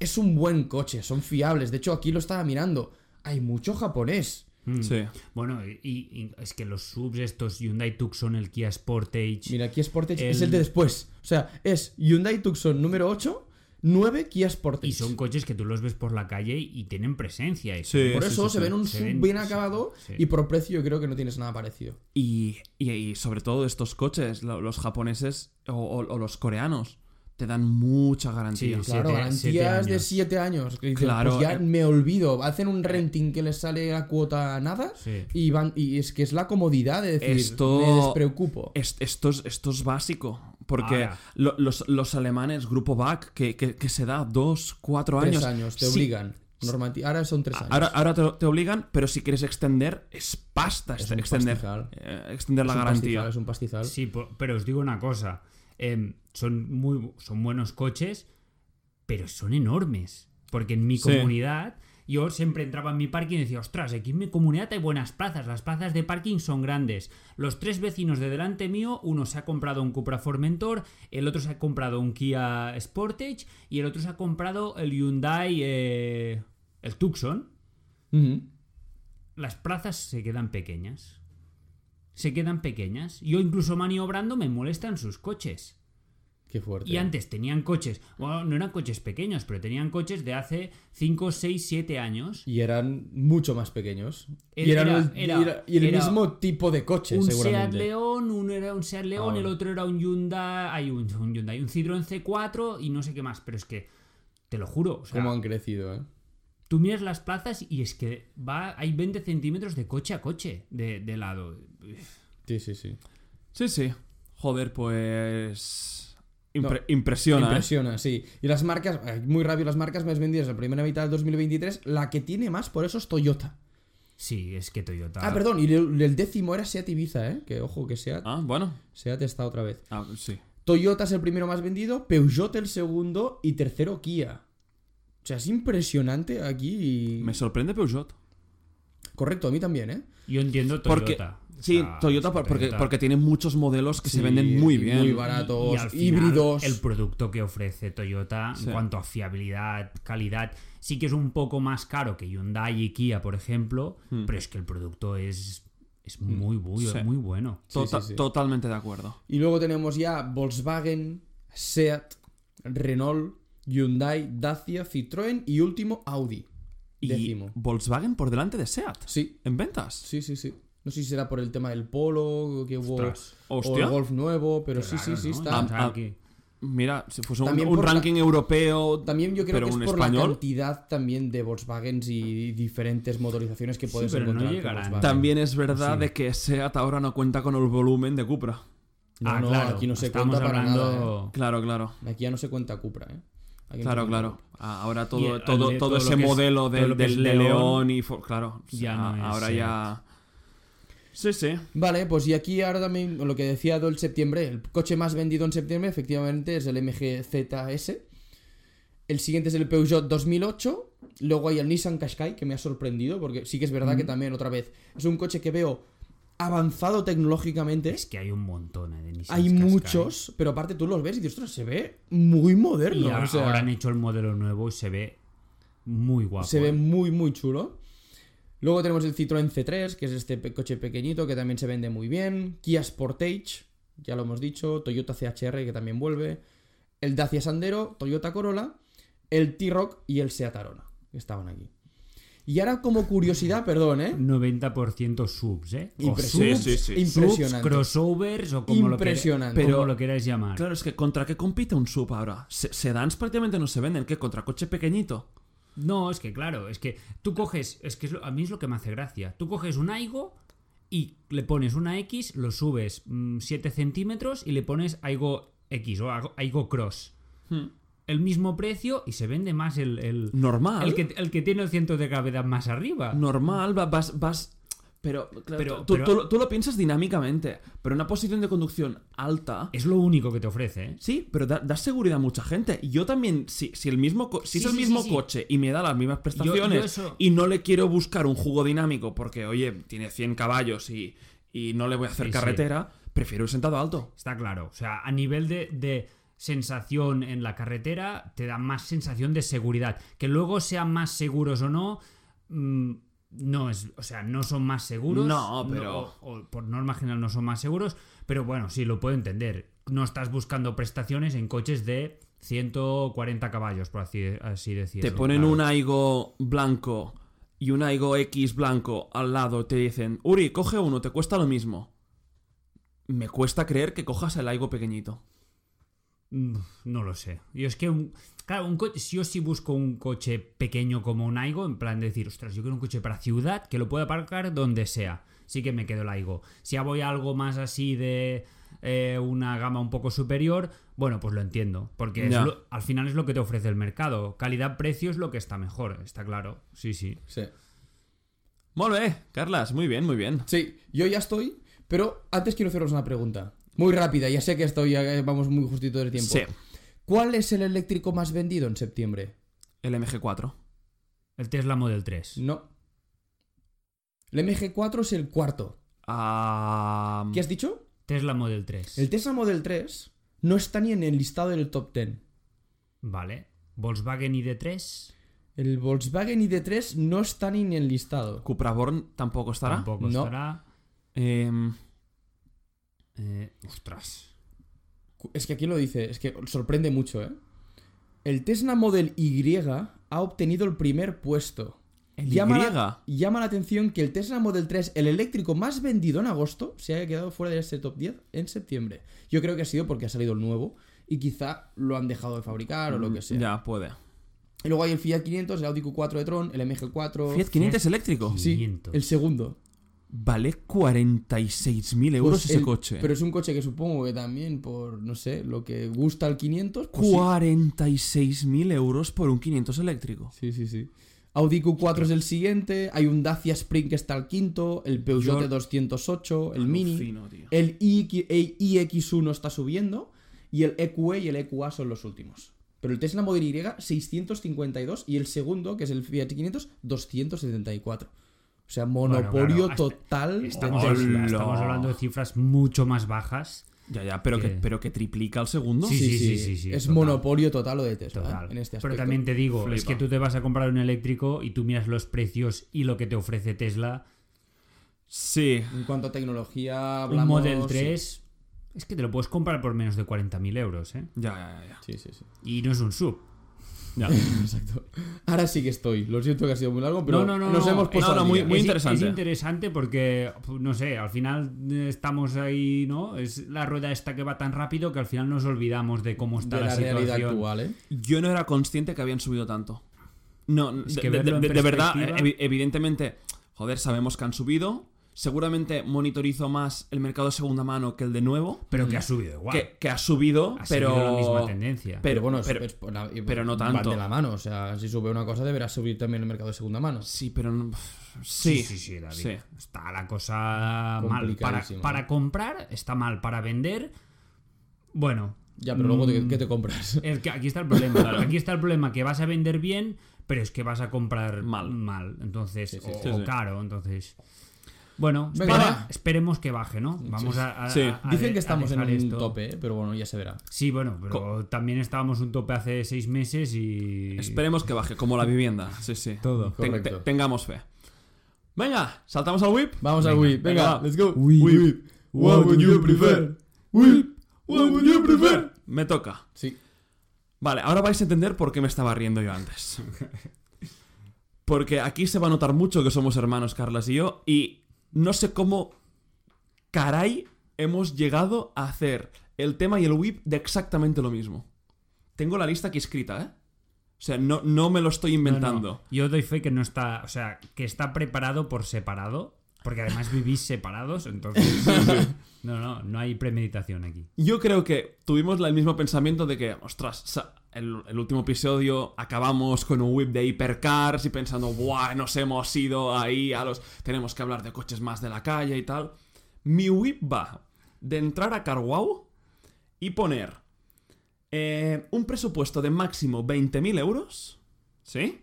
[SPEAKER 2] Es un buen coche, son fiables. De hecho, aquí lo estaba mirando. Hay mucho japonés.
[SPEAKER 3] Mm.
[SPEAKER 1] Sí.
[SPEAKER 3] Bueno, y, y es que los subs estos, Hyundai Tucson, el Kia Sportage...
[SPEAKER 2] Mira, Kia Sportage es
[SPEAKER 3] El-
[SPEAKER 2] el de después. O sea, es Hyundai Tucson número 8, 9 Kia Sportage.
[SPEAKER 3] Y son coches que tú los ves por la calle y tienen presencia. ¿eh? y-
[SPEAKER 1] Sí.
[SPEAKER 2] Por
[SPEAKER 1] Sí,
[SPEAKER 2] eso
[SPEAKER 1] sí,
[SPEAKER 2] se
[SPEAKER 1] sí.
[SPEAKER 2] ven un
[SPEAKER 3] Se
[SPEAKER 2] sub
[SPEAKER 3] ven-
[SPEAKER 2] bien
[SPEAKER 3] sí,
[SPEAKER 2] acabado
[SPEAKER 3] sí.
[SPEAKER 2] y por precio yo creo que no tienes nada parecido.
[SPEAKER 1] Y, y- y sobre todo estos coches, lo- los japoneses o, o- o los coreanos, te dan mucha garantía.
[SPEAKER 3] Sí,
[SPEAKER 2] Claro,
[SPEAKER 3] Siete-
[SPEAKER 2] garantías
[SPEAKER 3] siete
[SPEAKER 2] de
[SPEAKER 3] años. Eh.
[SPEAKER 2] 7 años. que dicen,
[SPEAKER 1] Claro,
[SPEAKER 2] pues ya
[SPEAKER 1] eh.
[SPEAKER 2] me olvido. Hacen un renting que les sale la cuota nada.
[SPEAKER 3] Sí.
[SPEAKER 2] Y, van, y es que es la comodidad de decir,
[SPEAKER 1] Esto-
[SPEAKER 2] me despreocupo.
[SPEAKER 1] Es- esto, es, esto es básico, porque
[SPEAKER 3] Ahora.
[SPEAKER 1] lo- los, los alemanes, grupo BAC, que, que- que se da dos, cuatro
[SPEAKER 2] Tres
[SPEAKER 1] años.
[SPEAKER 2] años, te
[SPEAKER 1] Sí,
[SPEAKER 2] obligan. Normati- ahora son tres años.
[SPEAKER 1] Ahora, ahora te, te obligan, pero si quieres extender, es pasta
[SPEAKER 2] Es
[SPEAKER 1] este-
[SPEAKER 2] un
[SPEAKER 1] extender,
[SPEAKER 2] pastizal.
[SPEAKER 1] eh, extender la
[SPEAKER 2] es un
[SPEAKER 1] garantía.
[SPEAKER 2] pastizal, es un pastizal.
[SPEAKER 3] Sí, po- pero os digo una cosa. em, son muy bu- son buenos coches, pero son enormes. Porque en mi
[SPEAKER 1] Sí.
[SPEAKER 3] comunidad, yo siempre entraba en mi parking y decía, ostras, aquí en mi comunidad hay buenas plazas. Las plazas de parking son grandes. Los tres vecinos de delante mío, uno se ha comprado un Cupra Formentor, el otro se ha comprado un Kia Sportage y el otro se ha comprado el Hyundai, eh, el Tucson.
[SPEAKER 2] Ujú.
[SPEAKER 3] las plazas se quedan pequeñas. Se quedan pequeñas. Yo incluso maniobrando me molestan sus coches.
[SPEAKER 2] Qué fuerte.
[SPEAKER 3] Y antes tenían coches, bueno, no eran coches pequeños, pero tenían coches de hace 5, 6, 7 años.
[SPEAKER 2] Y eran mucho más pequeños. y,
[SPEAKER 3] Era-
[SPEAKER 2] eran el,
[SPEAKER 3] era-
[SPEAKER 2] y era- y el
[SPEAKER 3] era
[SPEAKER 2] mismo tipo de coche,
[SPEAKER 3] un Seat
[SPEAKER 2] seguramente.
[SPEAKER 3] León, uno era un Seat León,
[SPEAKER 2] Ah,
[SPEAKER 3] el
[SPEAKER 2] bueno.
[SPEAKER 3] otro era un Hyundai, hay un, un Hyundai, un Citroën C4 y no sé qué más, pero es que te lo juro, o sea,
[SPEAKER 2] Cómo han crecido, ¿eh?
[SPEAKER 3] tú miras las plazas y es que va hay 20 centímetros de coche a coche de, de lado.
[SPEAKER 2] Sí, sí, sí.
[SPEAKER 1] Sí, sí. Joder, pues. impre-
[SPEAKER 2] No.
[SPEAKER 1] Impresiona. ¿eh?
[SPEAKER 2] Impresiona, sí. Y las marcas, eh, muy rápido, las marcas más vendidas en la primera mitad del 2023, la que tiene más por eso es Toyota.
[SPEAKER 3] Sí, es que Toyota.
[SPEAKER 2] Ah, perdón, y el, el décimo era Seat Ibiza, ¿eh? Que ojo, que Seat,
[SPEAKER 1] Ah, bueno.
[SPEAKER 2] Seat está otra vez.
[SPEAKER 1] Ah, sí.
[SPEAKER 2] Toyota es el primero más vendido, Peugeot el segundo y tercero Kia. O sea, es impresionante aquí. y-
[SPEAKER 1] Me sorprende Peugeot.
[SPEAKER 2] Correcto, a mí también, ¿eh?
[SPEAKER 3] Yo entiendo
[SPEAKER 1] Porque-
[SPEAKER 3] Toyota.
[SPEAKER 1] Sí,
[SPEAKER 3] O sea,
[SPEAKER 1] Toyota, por- porque, porque tiene muchos modelos que
[SPEAKER 2] Sí,
[SPEAKER 1] se venden muy
[SPEAKER 2] y
[SPEAKER 1] bien.
[SPEAKER 2] Muy
[SPEAKER 3] Y-
[SPEAKER 2] baratos,
[SPEAKER 3] y al final,
[SPEAKER 2] híbridos.
[SPEAKER 3] El producto que ofrece Toyota
[SPEAKER 1] Sí.
[SPEAKER 3] en cuanto a fiabilidad, calidad, sí que es un poco más caro que Hyundai y Kia, por ejemplo,
[SPEAKER 2] Hmm.
[SPEAKER 3] pero es que el producto es, es muy, bu-
[SPEAKER 1] Sí.
[SPEAKER 3] muy bueno.
[SPEAKER 1] Tota-
[SPEAKER 2] sí, sí.
[SPEAKER 1] Totalmente de acuerdo.
[SPEAKER 2] Y luego tenemos ya Volkswagen, Seat, Renault, Hyundai, Dacia, Citroën y último Audi.
[SPEAKER 1] Y
[SPEAKER 2] Décimo.
[SPEAKER 1] Volkswagen por delante de SEAT.
[SPEAKER 2] Sí,
[SPEAKER 1] En ventas.
[SPEAKER 2] sí, sí, sí. No sé si será por el tema del polo que hubo
[SPEAKER 3] Ostras.
[SPEAKER 2] o
[SPEAKER 1] Hostia.
[SPEAKER 2] el Golf nuevo, pero
[SPEAKER 3] Qué
[SPEAKER 2] sí, sí,
[SPEAKER 3] raro,
[SPEAKER 2] sí
[SPEAKER 3] ¿no?
[SPEAKER 2] está.
[SPEAKER 3] Pensaba
[SPEAKER 1] Ah, ah.
[SPEAKER 3] que-
[SPEAKER 1] Mira, si fuese un,
[SPEAKER 2] También
[SPEAKER 1] un
[SPEAKER 2] por la-
[SPEAKER 1] ranking europeo.
[SPEAKER 2] También yo creo
[SPEAKER 1] pero
[SPEAKER 2] que es
[SPEAKER 1] un
[SPEAKER 2] por la
[SPEAKER 1] español.
[SPEAKER 2] cantidad también de Volkswagen y diferentes motorizaciones que
[SPEAKER 3] Sí,
[SPEAKER 2] puedes
[SPEAKER 3] pero no
[SPEAKER 2] encontrar. con
[SPEAKER 3] llegarán.
[SPEAKER 2] Volkswagen.
[SPEAKER 1] También es verdad
[SPEAKER 3] Sí.
[SPEAKER 1] de que SEAT ahora no cuenta con el volumen de Cupra.
[SPEAKER 2] No,
[SPEAKER 3] Ah,
[SPEAKER 2] no,
[SPEAKER 3] claro,
[SPEAKER 2] aquí no se
[SPEAKER 3] estamos
[SPEAKER 2] cuenta para
[SPEAKER 3] hablando...
[SPEAKER 2] nada,
[SPEAKER 1] Claro, claro.
[SPEAKER 2] ¿eh? Aquí ya no se cuenta Cupra, ¿eh? Aquí no se
[SPEAKER 1] Claro,
[SPEAKER 2] cuenta
[SPEAKER 1] claro.
[SPEAKER 2] Cupra.
[SPEAKER 1] Ah, Ahora
[SPEAKER 3] Y
[SPEAKER 1] todo,
[SPEAKER 3] el-
[SPEAKER 1] todo,
[SPEAKER 3] el-
[SPEAKER 1] todo
[SPEAKER 3] todo lo
[SPEAKER 1] ese
[SPEAKER 3] que es-
[SPEAKER 1] modelo
[SPEAKER 3] todo
[SPEAKER 1] del-
[SPEAKER 3] lo que
[SPEAKER 1] del-
[SPEAKER 3] es
[SPEAKER 1] de
[SPEAKER 3] León
[SPEAKER 1] León y... Ford- Claro, o
[SPEAKER 3] ya
[SPEAKER 1] sea,
[SPEAKER 3] no es
[SPEAKER 1] ahora
[SPEAKER 3] Seat.
[SPEAKER 1] ya... Sí, sí.
[SPEAKER 2] Vale, pues y aquí ahora también lo que decía el septiembre, el coche más vendido en septiembre efectivamente es el MG ZS. El siguiente es el Peugeot 2008. Luego hay el Nissan Qashqai, que me ha sorprendido, porque sí que es verdad que también, otra vez, es un coche que veo avanzado tecnológicamente.
[SPEAKER 3] Es que hay un montón eh, de Nissan
[SPEAKER 2] Hay
[SPEAKER 3] Qashqai.
[SPEAKER 2] muchos, pero aparte tú los ves y dices, ostras, se ve muy moderno.
[SPEAKER 3] Y ahora,
[SPEAKER 2] o sea,
[SPEAKER 3] ahora han hecho el modelo nuevo y se ve muy guapo.
[SPEAKER 2] se ve
[SPEAKER 3] eh.
[SPEAKER 2] muy, muy chulo. Luego tenemos el Citroën C3, que es este pe- coche pequeñito que también se vende muy bien. Kia Sportage, ya lo hemos dicho. Toyota CHR, que también vuelve. El Dacia Sandero, Toyota Corolla, el T-Rock y el Seat Arona, que estaban aquí. Y ahora, como curiosidad, perdón, ¿eh?
[SPEAKER 3] 90% subs, ¿eh? O
[SPEAKER 2] Impresionante.
[SPEAKER 1] Oh, sí, sí, sí.
[SPEAKER 2] Impresionante.
[SPEAKER 3] Subs, crossovers o como,
[SPEAKER 2] Impresionante.
[SPEAKER 3] Lo, quer- como
[SPEAKER 1] Pero-
[SPEAKER 3] lo queráis llamar.
[SPEAKER 1] Claro, es que ¿contra qué compite un sub ahora? Se- sedans prácticamente no se venden. ¿Qué? ¿Contra coche pequeñito?
[SPEAKER 3] No, es que claro, es que tú coges, es que es lo- a mí es lo que me hace gracia. Tú coges un Aigo y le pones una X, lo subes 7 centímetros y le pones Aigo X o Aigo- Aigo Cross. El mismo precio y se vende más el, el,
[SPEAKER 1] Normal.
[SPEAKER 3] el, que, el que tiene el centro de gravedad más arriba.
[SPEAKER 1] normal, va- vas, vas... Pero, claro,
[SPEAKER 3] Pero-
[SPEAKER 1] tú,
[SPEAKER 3] pero-
[SPEAKER 1] tú lo- tú lo piensas dinámicamente, pero una posición de conducción alta...
[SPEAKER 3] Es lo único que te ofrece, ¿eh?
[SPEAKER 1] Sí, pero da, da seguridad a mucha gente. Y yo también, si, si, el mismo co- si
[SPEAKER 3] Sí,
[SPEAKER 1] es el
[SPEAKER 3] sí, sí,
[SPEAKER 1] mismo
[SPEAKER 3] sí.
[SPEAKER 1] coche y me da las mismas prestaciones
[SPEAKER 3] eso-
[SPEAKER 1] y no le quiero buscar un jugo dinámico porque, oye, tiene 100 caballos y, y no le voy a hacer
[SPEAKER 3] Sí, sí.
[SPEAKER 1] carretera, prefiero ir sentado alto.
[SPEAKER 3] Está claro. O sea, a nivel de, de sensación en la carretera, te da más sensación de seguridad. Que luego sean más seguros o no. mm, no es, o sea, no son más seguros.
[SPEAKER 1] No, pero-
[SPEAKER 3] o- o por norma general no son más seguros. Pero bueno, sí, lo puedo entender. No estás buscando prestaciones en coches de 140 caballos, por así, así decirlo.
[SPEAKER 1] Te ponen
[SPEAKER 3] claro.
[SPEAKER 1] un Aigo blanco y un Aigo X blanco al lado, te dicen, Uri, coge uno, te cuesta lo mismo. Me cuesta creer que cojas el Aigo pequeñito.
[SPEAKER 3] Mm, No lo sé. Yo es que, un- claro, un coche, si yo sí busco un coche pequeño como un Aigo, en plan de decir, ostras, yo quiero un coche para ciudad que lo pueda aparcar donde sea. Sí que me quedo el Aigo. Si ya voy a algo más así de eh, una gama un poco superior, bueno, pues lo entiendo. Porque es
[SPEAKER 1] Ya.
[SPEAKER 3] lo- al final es lo que te ofrece el mercado. Calidad-precio es lo que está mejor, está claro. Sí, sí.
[SPEAKER 2] Sí.
[SPEAKER 1] Muy bien, eh, Carlas, muy bien, muy bien.
[SPEAKER 2] Sí, yo ya estoy, pero antes quiero haceros una pregunta. Muy rápida, ya sé que estoy, ya vamos muy justito del tiempo.
[SPEAKER 1] Sí,
[SPEAKER 2] ¿Cuál es el eléctrico más vendido en septiembre?
[SPEAKER 1] el MG4.
[SPEAKER 3] El Tesla Model 3.
[SPEAKER 2] No. El MG4 es el cuarto.
[SPEAKER 1] Ah,
[SPEAKER 2] ¿Qué has dicho?
[SPEAKER 3] Tesla Model 3.
[SPEAKER 2] El Tesla Model 3 no está ni en el listado del top 10.
[SPEAKER 3] Vale. Volkswagen ID3
[SPEAKER 2] El Volkswagen ID3 no está ni en el listado.
[SPEAKER 1] Cupra Born tampoco estará.
[SPEAKER 3] tampoco
[SPEAKER 2] No.
[SPEAKER 3] estará.
[SPEAKER 1] Em,
[SPEAKER 3] Eh, ostras.
[SPEAKER 2] Cu- Es que aquí lo dice, es que sorprende mucho, ¿eh? El Tesla Model Y ha obtenido el primer puesto.
[SPEAKER 1] el
[SPEAKER 2] Llama la-
[SPEAKER 1] Y.
[SPEAKER 2] Llama la atención que el Tesla Model 3, el eléctrico más vendido en agosto, se haya quedado fuera de este top 10 en septiembre. Yo creo que ha sido porque ha salido el nuevo y quizá lo han dejado de fabricar o lo que sea.
[SPEAKER 1] Ya, puede.
[SPEAKER 2] Y luego hay el Fiat 500, el Audi Q4 de Tron, el
[SPEAKER 3] Pues
[SPEAKER 2] MG4.
[SPEAKER 1] Fiat 500 eléctrico.
[SPEAKER 2] Sí,
[SPEAKER 3] 500.
[SPEAKER 2] el segundo.
[SPEAKER 1] Vale 46.000 euros
[SPEAKER 2] Pues
[SPEAKER 1] ese
[SPEAKER 2] el-
[SPEAKER 1] coche.
[SPEAKER 2] Pero es un coche que supongo que también por, no sé, lo que gusta al 500. pues sí.
[SPEAKER 1] 46.000 euros por un 500 eléctrico.
[SPEAKER 2] Sí, sí, sí. Audi Q4 es el siguiente, hay un Dacia Spring que está al quinto, el Peugeot
[SPEAKER 1] Yo-
[SPEAKER 2] 208, el Mini.
[SPEAKER 1] Alucino, tío.
[SPEAKER 2] El IX e- iX1 está subiendo y el EQE y el EQA son los últimos. Pero el Tesla Model Y 652 y el segundo, que es el Fiat 500, 274. O sea, monopolio
[SPEAKER 3] claro, hasta-
[SPEAKER 2] total. de
[SPEAKER 3] Estamos,
[SPEAKER 2] Tesla.
[SPEAKER 1] Hola.
[SPEAKER 3] estamos hablando de cifras mucho más bajas.
[SPEAKER 1] Ya, ya, pero que,
[SPEAKER 3] Que-
[SPEAKER 1] pero que triplica el segundo.
[SPEAKER 3] Sí,
[SPEAKER 2] Sí, sí,
[SPEAKER 3] sí, sí,
[SPEAKER 2] Es
[SPEAKER 3] total.
[SPEAKER 2] monopolio total lo de Tesla.
[SPEAKER 3] Total.
[SPEAKER 2] ¿eh? En este
[SPEAKER 3] Pero
[SPEAKER 2] aspecto.
[SPEAKER 3] también te digo, es
[SPEAKER 1] Flipa.
[SPEAKER 3] que tú te vas a comprar un eléctrico y tú miras los precios y lo que te ofrece Tesla.
[SPEAKER 1] Sí.
[SPEAKER 2] En cuanto a tecnología,
[SPEAKER 3] Un
[SPEAKER 2] hablamos.
[SPEAKER 3] Model 3 Es que te lo puedes comprar por menos de 40.000 euros, ¿eh?
[SPEAKER 1] Ya, ya, ya, ya.
[SPEAKER 2] Sí, sí, (laughs) sí.
[SPEAKER 3] Y no es un sub.
[SPEAKER 2] Exacto. Ahora sí que estoy. Lo siento que ha sido muy largo, pero
[SPEAKER 3] no, no, no.
[SPEAKER 2] nos hemos
[SPEAKER 3] no.
[SPEAKER 2] puesto
[SPEAKER 1] No, no,
[SPEAKER 2] al
[SPEAKER 1] muy-
[SPEAKER 2] día.
[SPEAKER 1] muy-
[SPEAKER 3] Es-
[SPEAKER 1] interesante.
[SPEAKER 3] Es interesante porque, no sé, al final eh, estamos ahí, ¿no? Es la rueda esta que va tan rápido que al final nos olvidamos de cómo está
[SPEAKER 2] de
[SPEAKER 3] la,
[SPEAKER 2] la, realidad
[SPEAKER 3] situación.
[SPEAKER 2] actual, ¿eh?
[SPEAKER 1] Yo no era consciente que habían subido tanto. No,
[SPEAKER 3] Es
[SPEAKER 1] de-
[SPEAKER 3] que
[SPEAKER 1] de,
[SPEAKER 3] verlo en
[SPEAKER 1] de- de verdad, eh,
[SPEAKER 3] perspectiva-
[SPEAKER 1] evi- evidentemente, joder, sabemos que han subido. Seguramente monitorizo más el mercado de segunda mano que el de nuevo,
[SPEAKER 3] Pero
[SPEAKER 2] Mm.
[SPEAKER 3] que ha subido igual.
[SPEAKER 1] que, que ha subido,
[SPEAKER 3] ha seguido
[SPEAKER 1] pero.
[SPEAKER 3] la misma tendencia.
[SPEAKER 1] Pero
[SPEAKER 2] bueno,
[SPEAKER 1] bueno,
[SPEAKER 2] es- es por la-
[SPEAKER 1] pero no
[SPEAKER 2] van
[SPEAKER 1] tanto.
[SPEAKER 2] de la mano. O sea, si sube una cosa, deberá subir también el mercado de segunda mano.
[SPEAKER 1] sí, pero. no- Sí,
[SPEAKER 3] Sí, sí, sí, David.
[SPEAKER 1] sí.
[SPEAKER 3] Está la cosa mal. Para,
[SPEAKER 2] Complicadísima.
[SPEAKER 3] para comprar, está mal. Para vender, bueno.
[SPEAKER 2] Ya, pero luego, te-
[SPEAKER 3] mm,
[SPEAKER 2] ¿qué te
[SPEAKER 3] (laughs)
[SPEAKER 2] compras?
[SPEAKER 3] es que aquí está el problema. Aquí está el problema que vas a vender bien, pero es que vas a comprar
[SPEAKER 1] Mal.
[SPEAKER 3] mal. Entonces,
[SPEAKER 2] Sí, sí,
[SPEAKER 3] o,
[SPEAKER 1] sí.
[SPEAKER 3] o
[SPEAKER 1] Sí, sí.
[SPEAKER 3] caro. Entonces, bueno,
[SPEAKER 2] Venga,
[SPEAKER 3] espera-
[SPEAKER 2] va.
[SPEAKER 3] esperemos que baje, ¿no? Vamos a. a-
[SPEAKER 1] Sí.
[SPEAKER 3] a- a
[SPEAKER 2] Dicen
[SPEAKER 3] de-
[SPEAKER 2] que
[SPEAKER 3] a
[SPEAKER 2] estamos en
[SPEAKER 3] dejar
[SPEAKER 2] un
[SPEAKER 3] esto.
[SPEAKER 2] tope, ¿eh? pero bueno, ya se verá.
[SPEAKER 3] Sí, bueno, pero también estábamos un tope hace seis meses y.
[SPEAKER 1] Esperemos que baje, como la vivienda. Sí, sí.
[SPEAKER 3] Todo.
[SPEAKER 1] Ten-
[SPEAKER 2] Correcto.
[SPEAKER 1] te- tengamos fe. Venga, saltamos al whip.
[SPEAKER 2] Vamos al
[SPEAKER 3] Venga,
[SPEAKER 2] whip, venga,
[SPEAKER 1] venga,
[SPEAKER 2] let's go.
[SPEAKER 3] whip.
[SPEAKER 2] What would you prefer? Whip. What
[SPEAKER 3] pues
[SPEAKER 2] would you prefer?
[SPEAKER 1] Me toca.
[SPEAKER 2] Sí.
[SPEAKER 1] Vale, ahora vais a entender por qué me estaba riendo yo antes. Porque aquí se va a notar mucho que somos hermanos, Carlas y yo, y no sé cómo caray hemos llegado a hacer el tema y el whip de exactamente lo mismo. Tengo la lista aquí escrita, ¿eh? O sea, no, no me lo estoy
[SPEAKER 3] No, no,
[SPEAKER 1] inventando.
[SPEAKER 3] Yo doy fe que no está. O sea, que está preparado por separado. Porque además vivís separados,
[SPEAKER 1] (laughs)
[SPEAKER 3] entonces. No, no, no hay premeditación aquí.
[SPEAKER 1] Yo creo que tuvimos la- el mismo pensamiento de que, ostras, sa- el, el último episodio acabamos con un whip de hipercars y pensando, ¡buah! Nos hemos ido ahí a los. Tenemos que hablar de coches más de la calle y tal. Mi whip va de entrar a Carwow y poner eh, un presupuesto de máximo 20.000 euros, ¿sí?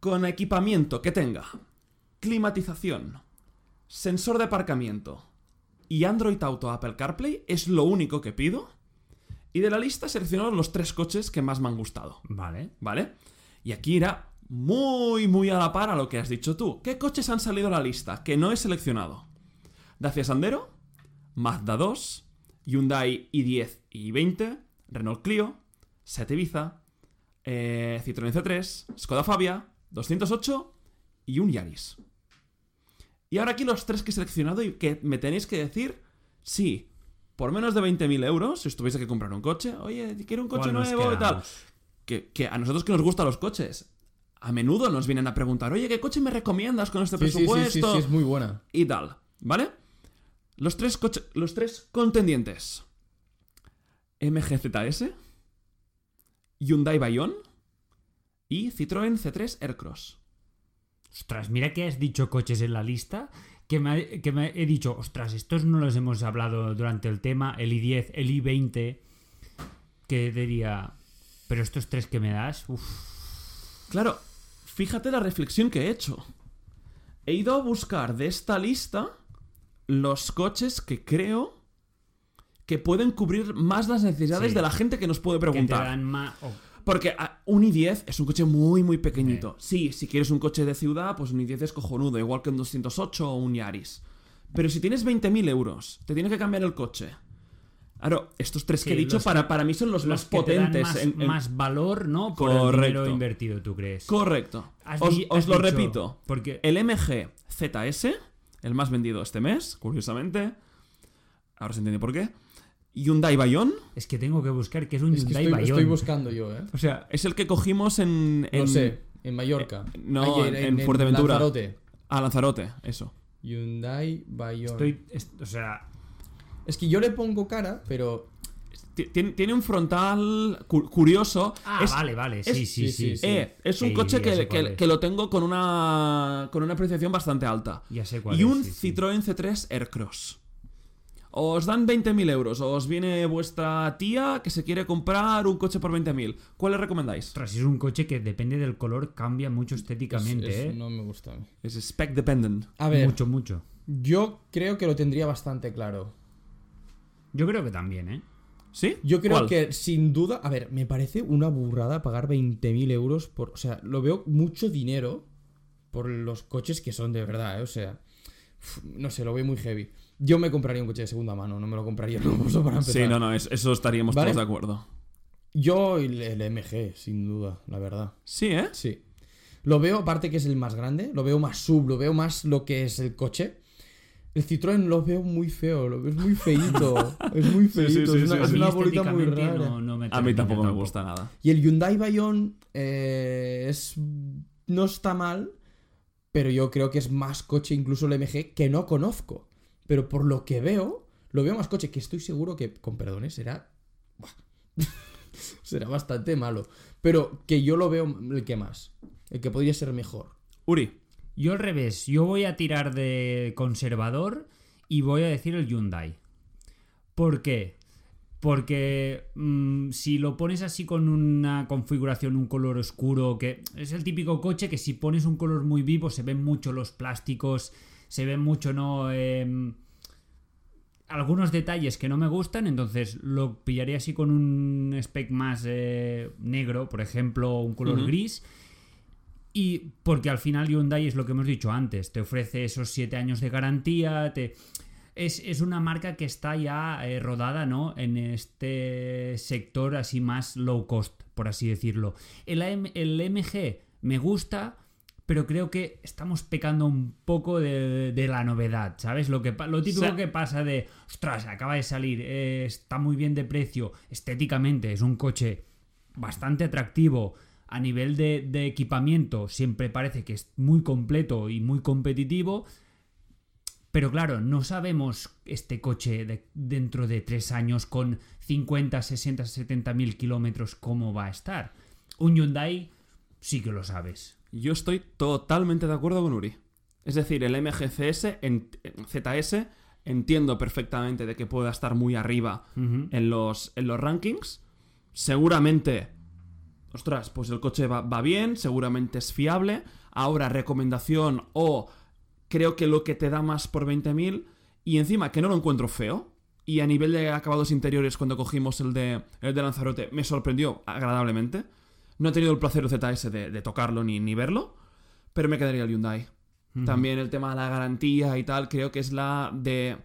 [SPEAKER 1] Con equipamiento que tenga climatización, sensor de aparcamiento, y Android Auto Apple CarPlay es lo único que pido. Y de la lista seleccionaron los tres coches que más me han gustado,
[SPEAKER 3] Vale.
[SPEAKER 1] ¿vale? Y aquí irá muy, muy a la par a lo que has dicho tú. ¿Qué coches han salido a la lista que no he seleccionado? Dacia Sandero, Mazda 2, Hyundai i10 y i20, Renault Clio, Seat Ibiza, eh, Citroën C3, Skoda Fabia, 208 y un Yaris. Y ahora aquí los tres que he seleccionado y que me tenéis que decir si por menos de 20.000 euros, si os tuviese que comprar un coche, oye, quiero un coche
[SPEAKER 3] ¿Cuál nos
[SPEAKER 1] nuevo y tal.
[SPEAKER 3] quedamos?
[SPEAKER 1] Que, que a nosotros que nos gustan los coches, a menudo nos vienen a preguntar, oye, ¿qué coche me recomiendas con este
[SPEAKER 2] Sí, sí, sí,
[SPEAKER 1] presupuesto?
[SPEAKER 2] sí, sí, es muy buena.
[SPEAKER 1] y tal, ¿vale? Los tres, coche- los tres contendientes. MGZS, Hyundai Bayon y Citroën C3 Aircross.
[SPEAKER 3] Ostras, mira que has dicho coches en la lista. Que me, ha- que me he dicho, ostras, estos no los hemos hablado durante el tema. El i10, el i20. Que diría. Pero estos tres que me das, uff.
[SPEAKER 1] Claro, fíjate la reflexión que he hecho. He ido a buscar de esta lista los coches que creo que pueden cubrir más las necesidades
[SPEAKER 3] Sí.
[SPEAKER 1] de la gente que nos puede
[SPEAKER 3] Que te
[SPEAKER 1] preguntar.
[SPEAKER 3] dan más. oh,
[SPEAKER 1] Porque ah, un i10 es un coche muy, muy pequeñito. Sí, si quieres un coche de ciudad, pues un i10 es cojonudo, igual que un 208 o un Yaris. Pero si tienes 20.000 euros, te tienes que cambiar el coche. Claro, estos tres que he
[SPEAKER 3] Sí,
[SPEAKER 1] dicho
[SPEAKER 3] los
[SPEAKER 1] para, para mí son los,
[SPEAKER 3] los
[SPEAKER 1] más
[SPEAKER 3] que te dan
[SPEAKER 1] potentes.
[SPEAKER 3] más,
[SPEAKER 1] en- en-
[SPEAKER 3] más valor, ¿no? Por el dinero
[SPEAKER 1] Correcto.
[SPEAKER 3] invertido, ¿tú crees?
[SPEAKER 1] Correcto.
[SPEAKER 3] Has
[SPEAKER 1] Os,
[SPEAKER 3] di-
[SPEAKER 1] os
[SPEAKER 3] has
[SPEAKER 1] lo
[SPEAKER 3] dicho-
[SPEAKER 1] repito. Eh,
[SPEAKER 3] Porque
[SPEAKER 1] El MG ZS, el más vendido este mes, curiosamente. Ahora se entiende por qué. Hyundai Bayon
[SPEAKER 3] es que tengo que buscar que es un
[SPEAKER 2] Es que
[SPEAKER 3] Hyundai
[SPEAKER 2] estoy,
[SPEAKER 3] Bayon.
[SPEAKER 2] estoy buscando yo, ¿eh?
[SPEAKER 3] O sea,
[SPEAKER 1] es el que cogimos en.
[SPEAKER 2] No
[SPEAKER 1] en-
[SPEAKER 2] sé, en Mallorca.
[SPEAKER 1] No,
[SPEAKER 2] Ay,
[SPEAKER 1] en, en Fuerteventura.
[SPEAKER 2] Lanzarote.
[SPEAKER 1] A Lanzarote, eso.
[SPEAKER 2] Hyundai Bayon.
[SPEAKER 3] estoy. es- o sea,
[SPEAKER 2] Es que yo le pongo cara, pero
[SPEAKER 1] Ti- Tiene, tiene un frontal cu- curioso.
[SPEAKER 3] ah,
[SPEAKER 1] es,
[SPEAKER 3] vale, vale. Sí,
[SPEAKER 1] es-
[SPEAKER 3] sí,
[SPEAKER 2] sí,
[SPEAKER 3] sí.
[SPEAKER 2] sí, sí.
[SPEAKER 1] eh, es un
[SPEAKER 3] Sí,
[SPEAKER 1] coche
[SPEAKER 3] ya
[SPEAKER 1] que,
[SPEAKER 3] sé cuál
[SPEAKER 1] que-
[SPEAKER 3] es.
[SPEAKER 1] que lo tengo con una, con una apreciación bastante alta.
[SPEAKER 3] Ya sé cuál
[SPEAKER 1] Y
[SPEAKER 3] es,
[SPEAKER 1] un
[SPEAKER 3] sí, sí.
[SPEAKER 1] Citroën C3 Aircross. Os dan 20.000 euros, os viene vuestra tía que se quiere comprar un coche por 20.000. ¿Cuál le recomendáis?
[SPEAKER 3] Ostras, es un coche que depende del color, cambia mucho
[SPEAKER 2] es-
[SPEAKER 3] estéticamente,
[SPEAKER 2] es-
[SPEAKER 3] ¿eh?
[SPEAKER 2] no me gusta. a mí.
[SPEAKER 1] Es spec dependent.
[SPEAKER 2] A ver,
[SPEAKER 3] Mucho, mucho.
[SPEAKER 2] yo creo que lo tendría bastante claro.
[SPEAKER 3] Yo creo que también, ¿eh?
[SPEAKER 1] ¿Sí?
[SPEAKER 2] Yo creo
[SPEAKER 1] ¿Cuál?
[SPEAKER 2] que sin duda, a ver, me parece una burrada pagar 20.000 euros por, o sea, lo veo mucho dinero por los coches que son de verdad, ¿eh? o sea, pf, no sé, lo veo muy heavy. Yo me compraría un coche de segunda mano, no me lo compraría (laughs) nuevo solo para empezar.
[SPEAKER 1] Sí, no, no, es- eso estaríamos
[SPEAKER 2] Vale.
[SPEAKER 1] todos de acuerdo.
[SPEAKER 2] Yo el, el MG, sin duda, la verdad.
[SPEAKER 1] Sí, ¿eh?
[SPEAKER 2] Sí. Lo veo, aparte que es el más grande, lo veo más sub, lo veo más lo que es el coche. El Citroën lo veo muy feo, lo veo, es
[SPEAKER 1] (laughs)
[SPEAKER 2] muy feíto. es muy
[SPEAKER 1] Sí, sí,
[SPEAKER 2] feíto,
[SPEAKER 1] sí,
[SPEAKER 2] es una,
[SPEAKER 1] sí,
[SPEAKER 2] es
[SPEAKER 1] sí.
[SPEAKER 2] una
[SPEAKER 1] A
[SPEAKER 2] bolita muy
[SPEAKER 3] estéticamente
[SPEAKER 2] rara.
[SPEAKER 3] no- no me
[SPEAKER 1] A mí
[SPEAKER 3] termina
[SPEAKER 1] tampoco me gusta nada.
[SPEAKER 2] Y el Hyundai Bayon eh, es, no está mal, pero yo creo que es más coche incluso el MG que no conozco. Pero por lo que veo, lo veo más coche que estoy seguro que, con perdones, será... buah, (laughs) será bastante malo. Pero que yo lo veo el que más, el que podría ser mejor.
[SPEAKER 1] Uri,
[SPEAKER 3] Yo al revés, yo voy a tirar de conservador y voy a decir el Hyundai. ¿Por qué? Porque mm, si lo pones así con una configuración, un color oscuro, que es el típico coche que si pones un color muy vivo se ven mucho los plásticos, se ven mucho, ¿no? Em, algunos detalles que no me gustan, entonces lo pillaría así con un spec más eh, negro, por ejemplo, un color
[SPEAKER 1] Ujú.
[SPEAKER 3] gris. Y porque al final Hyundai es lo que hemos dicho antes, te ofrece esos 7 años de garantía, te... Es, es una marca que está ya eh, rodada, ¿no? En este sector así más low cost, por así decirlo. El, AM el MG me gusta, pero creo que estamos pecando un poco de, de la novedad, ¿sabes? Lo, que, pa- lo típico
[SPEAKER 1] Sí.
[SPEAKER 3] que pasa de, ostras, acaba de salir, eh, está muy bien de precio, estéticamente es un coche bastante atractivo. A nivel de, de equipamiento siempre parece que es muy completo y muy competitivo, pero claro, no sabemos este coche de- dentro de tres años con 50, 60, 70 mil kilómetros cómo va a estar. Un Hyundai sí que lo sabes.
[SPEAKER 1] yo estoy totalmente de acuerdo con Uri. Es decir, el MGCS, en, en ZS, entiendo perfectamente de que pueda estar muy arriba
[SPEAKER 3] Ujú.
[SPEAKER 1] en los, en los rankings. Seguramente, ostras, pues el coche va, va bien, seguramente es fiable. Ahora, recomendación o creo que lo que te da más por 20.000 y encima que no lo encuentro feo. Y a nivel de acabados interiores, cuando cogimos el de, el de Lanzarote, me sorprendió agradablemente. No he tenido el placer ZS de, de tocarlo ni, ni verlo, pero me quedaría el Hyundai. También el tema de la garantía y tal, creo que es la de,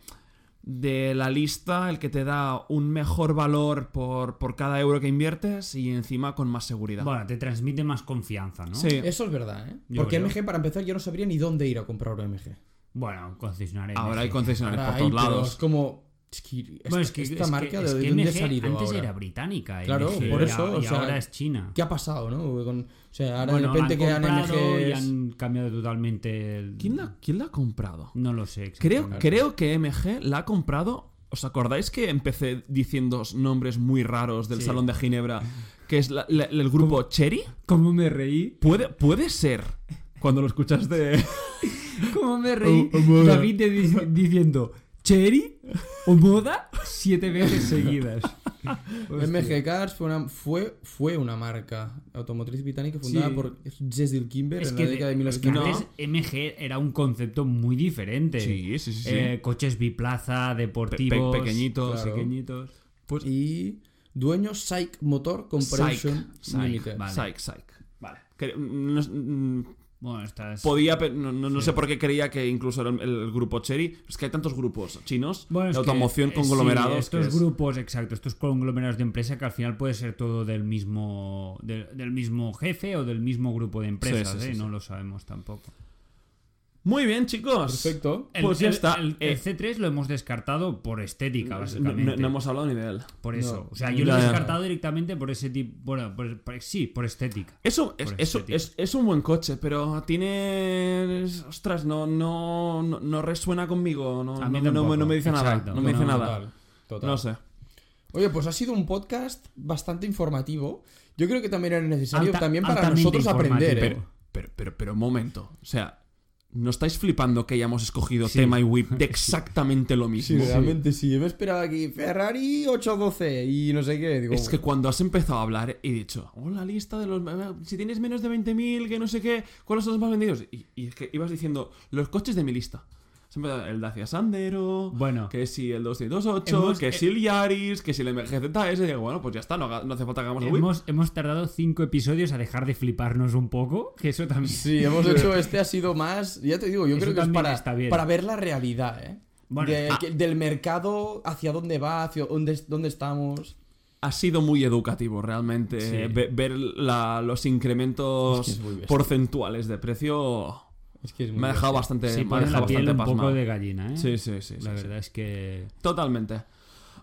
[SPEAKER 1] de la lista el que te da un mejor valor por, por cada euro que inviertes y encima con más seguridad.
[SPEAKER 3] Bueno, te transmite más confianza, ¿no?
[SPEAKER 1] Sí.
[SPEAKER 2] Eso es verdad, ¿eh?
[SPEAKER 3] Yo
[SPEAKER 2] Porque
[SPEAKER 3] creo.
[SPEAKER 2] MG, para empezar, yo no sabría ni dónde ir a comprar un MG.
[SPEAKER 3] Bueno, concesionario.
[SPEAKER 1] Ahora hay
[SPEAKER 3] MG.
[SPEAKER 1] concesionarios
[SPEAKER 2] Ahora
[SPEAKER 1] por
[SPEAKER 2] hay,
[SPEAKER 1] todos
[SPEAKER 2] pero
[SPEAKER 1] lados.
[SPEAKER 2] es como... es que esta,
[SPEAKER 3] Bueno, es que,
[SPEAKER 2] esta
[SPEAKER 3] es que-
[SPEAKER 2] marca,
[SPEAKER 3] es
[SPEAKER 2] ¿de
[SPEAKER 3] que
[SPEAKER 2] dónde ha
[SPEAKER 3] MG
[SPEAKER 2] salido
[SPEAKER 3] antes
[SPEAKER 2] ahora?
[SPEAKER 3] era británica.
[SPEAKER 2] Claro,
[SPEAKER 3] MG,
[SPEAKER 2] por
[SPEAKER 3] y
[SPEAKER 2] eso,
[SPEAKER 3] ahora-
[SPEAKER 2] o
[SPEAKER 3] y
[SPEAKER 2] sea,
[SPEAKER 3] ahora es China.
[SPEAKER 2] ¿Qué ha pasado, no? Con- o sea, ahora
[SPEAKER 3] Bueno,
[SPEAKER 2] de
[SPEAKER 3] la
[SPEAKER 2] repente
[SPEAKER 3] han
[SPEAKER 2] quedan
[SPEAKER 3] comprado y
[SPEAKER 2] MGs...
[SPEAKER 3] han cambiado totalmente. el-
[SPEAKER 1] ¿Quién la, quién la ha comprado?
[SPEAKER 3] No lo sé.
[SPEAKER 1] Creo,
[SPEAKER 3] exactamente.
[SPEAKER 1] creo que MG la ha comprado. ¿Os acordáis que empecé diciendo nombres muy raros del
[SPEAKER 3] Sí.
[SPEAKER 1] Salón de Ginebra? Que es la- la- el grupo Cherry.
[SPEAKER 3] ¿Cómo me reí?
[SPEAKER 1] Puede, puede ser. Cuando lo escuchaste.
[SPEAKER 3] (laughs) ¿Cómo me reí?
[SPEAKER 1] Oh, oh, moda.
[SPEAKER 3] David te dice- diciendo Cherry o moda siete veces seguidas. (laughs)
[SPEAKER 2] MG Cars fue una, fue, fue una marca automotriz británica fundada
[SPEAKER 3] Sí.
[SPEAKER 2] por Cecil Kimber
[SPEAKER 3] Es
[SPEAKER 2] en
[SPEAKER 3] que,
[SPEAKER 2] la década de
[SPEAKER 3] es que
[SPEAKER 2] 1900.
[SPEAKER 3] antes MG era un concepto muy diferente.
[SPEAKER 1] sí, sí.
[SPEAKER 3] Eh, coches biplaza, deportivos,
[SPEAKER 1] Pe- pe- pequeñitos.
[SPEAKER 2] Claro.
[SPEAKER 3] pequeñitos.
[SPEAKER 1] pues-
[SPEAKER 2] Y dueño Psych Motor Corporation
[SPEAKER 1] Psych,
[SPEAKER 2] Limited.
[SPEAKER 3] vale.
[SPEAKER 1] Psych, psych.
[SPEAKER 3] Vale.
[SPEAKER 1] Que, mm, no- mm,
[SPEAKER 3] Bueno, estás.
[SPEAKER 1] podía, pe- no, no- no
[SPEAKER 3] Sí.
[SPEAKER 1] sé por qué creía que incluso era el, el grupo Cherry. Es que hay tantos grupos chinos
[SPEAKER 3] Bueno, es
[SPEAKER 1] de
[SPEAKER 3] que,
[SPEAKER 1] automoción
[SPEAKER 3] eh,
[SPEAKER 1] conglomerados.
[SPEAKER 3] sí,
[SPEAKER 1] que
[SPEAKER 3] estos
[SPEAKER 1] es-
[SPEAKER 3] grupos, exacto, estos conglomerados de empresa que al final puede ser todo del mismo del- del mismo jefe o del mismo grupo de empresas,
[SPEAKER 1] sí, sí,
[SPEAKER 3] ¿eh?
[SPEAKER 1] sí.
[SPEAKER 3] no lo sabemos tampoco.
[SPEAKER 1] Muy bien, chicos.
[SPEAKER 2] Perfecto.
[SPEAKER 1] Pues ya está.
[SPEAKER 3] El,
[SPEAKER 1] Eh,
[SPEAKER 3] el C3 lo hemos descartado por estética,
[SPEAKER 1] no,
[SPEAKER 3] básicamente.
[SPEAKER 1] no- no hemos hablado ni de él.
[SPEAKER 3] Por
[SPEAKER 2] No.
[SPEAKER 3] eso. o sea, yo lo
[SPEAKER 1] Ya,
[SPEAKER 3] he
[SPEAKER 1] ya.
[SPEAKER 3] descartado directamente por ese tipo. Bueno, por- por- sí, por estética.
[SPEAKER 1] Eso, es,
[SPEAKER 3] Por este
[SPEAKER 1] eso
[SPEAKER 3] estética.
[SPEAKER 1] es, es un buen coche, pero tiene. Ostras, no, no, no, no resuena conmigo. No,
[SPEAKER 3] A mí
[SPEAKER 1] no- no me- no me
[SPEAKER 3] tampoco.
[SPEAKER 1] dice
[SPEAKER 3] Exacto.
[SPEAKER 1] nada. No me dice
[SPEAKER 3] No,
[SPEAKER 1] nada.
[SPEAKER 2] Total, total.
[SPEAKER 1] No sé.
[SPEAKER 2] Oye, pues ha sido un podcast bastante informativo. Yo creo que también era necesario
[SPEAKER 3] Alta-
[SPEAKER 2] también para
[SPEAKER 3] altamente
[SPEAKER 2] nosotros aprender.
[SPEAKER 3] informativo.
[SPEAKER 2] ¿eh?
[SPEAKER 1] Pero, pero, pero, un momento. O sea, ¿no estáis flipando que hayamos escogido
[SPEAKER 3] Sí.
[SPEAKER 1] tema y
[SPEAKER 3] (laughs)
[SPEAKER 1] whip de exactamente lo
[SPEAKER 2] Sí,
[SPEAKER 1] mismo?
[SPEAKER 2] realmente sí. Yo me esperaba aquí Ferrari 812 y no sé qué. Digo,
[SPEAKER 1] Es que cuando has empezado a hablar he dicho, oh, la lista de los... eh, Si tienes menos de 20.000, que no sé qué, ¿cuáles son los más vendidos? Y, y es que ibas diciendo, los coches de mi lista. O Siempre el Dacia Sandero,
[SPEAKER 3] Bueno,
[SPEAKER 1] que si el 208,
[SPEAKER 3] Hemos-
[SPEAKER 1] que
[SPEAKER 3] eh,
[SPEAKER 1] si el Yaris, que si el MGZS. Y digo, bueno, pues ya está, no, haga- no hace falta que hagamos el whip.
[SPEAKER 3] hemos, hemos tardado cinco episodios a dejar de fliparnos un poco, que eso también...
[SPEAKER 2] Sí, hemos hecho este ha sido más, ya te digo, yo
[SPEAKER 3] Eso
[SPEAKER 2] creo que es
[SPEAKER 3] también
[SPEAKER 2] para,
[SPEAKER 3] está bien.
[SPEAKER 2] para ver la realidad, ¿eh?
[SPEAKER 3] Bueno,
[SPEAKER 2] De-
[SPEAKER 3] ah.
[SPEAKER 2] que- del mercado, hacia dónde va, hacia dónde, dónde estamos.
[SPEAKER 1] Ha sido muy educativo realmente
[SPEAKER 3] Sí.
[SPEAKER 1] ve- ver la- los
[SPEAKER 2] Es
[SPEAKER 1] incrementos
[SPEAKER 2] que es muy bestia.
[SPEAKER 1] porcentuales de precio.
[SPEAKER 2] Es que es muy
[SPEAKER 1] Me ha dejado
[SPEAKER 2] gracioso.
[SPEAKER 1] bastante,
[SPEAKER 3] (laughs) Se
[SPEAKER 1] me ha
[SPEAKER 3] pone
[SPEAKER 1] dejado
[SPEAKER 3] la
[SPEAKER 1] eh,
[SPEAKER 3] piel
[SPEAKER 1] bastante
[SPEAKER 3] un
[SPEAKER 1] pasmado.
[SPEAKER 3] poco de gallina, ¿eh?
[SPEAKER 1] Sí, sí, sí. sí,
[SPEAKER 3] La
[SPEAKER 1] sí.
[SPEAKER 3] verdad es que...
[SPEAKER 1] Totalmente.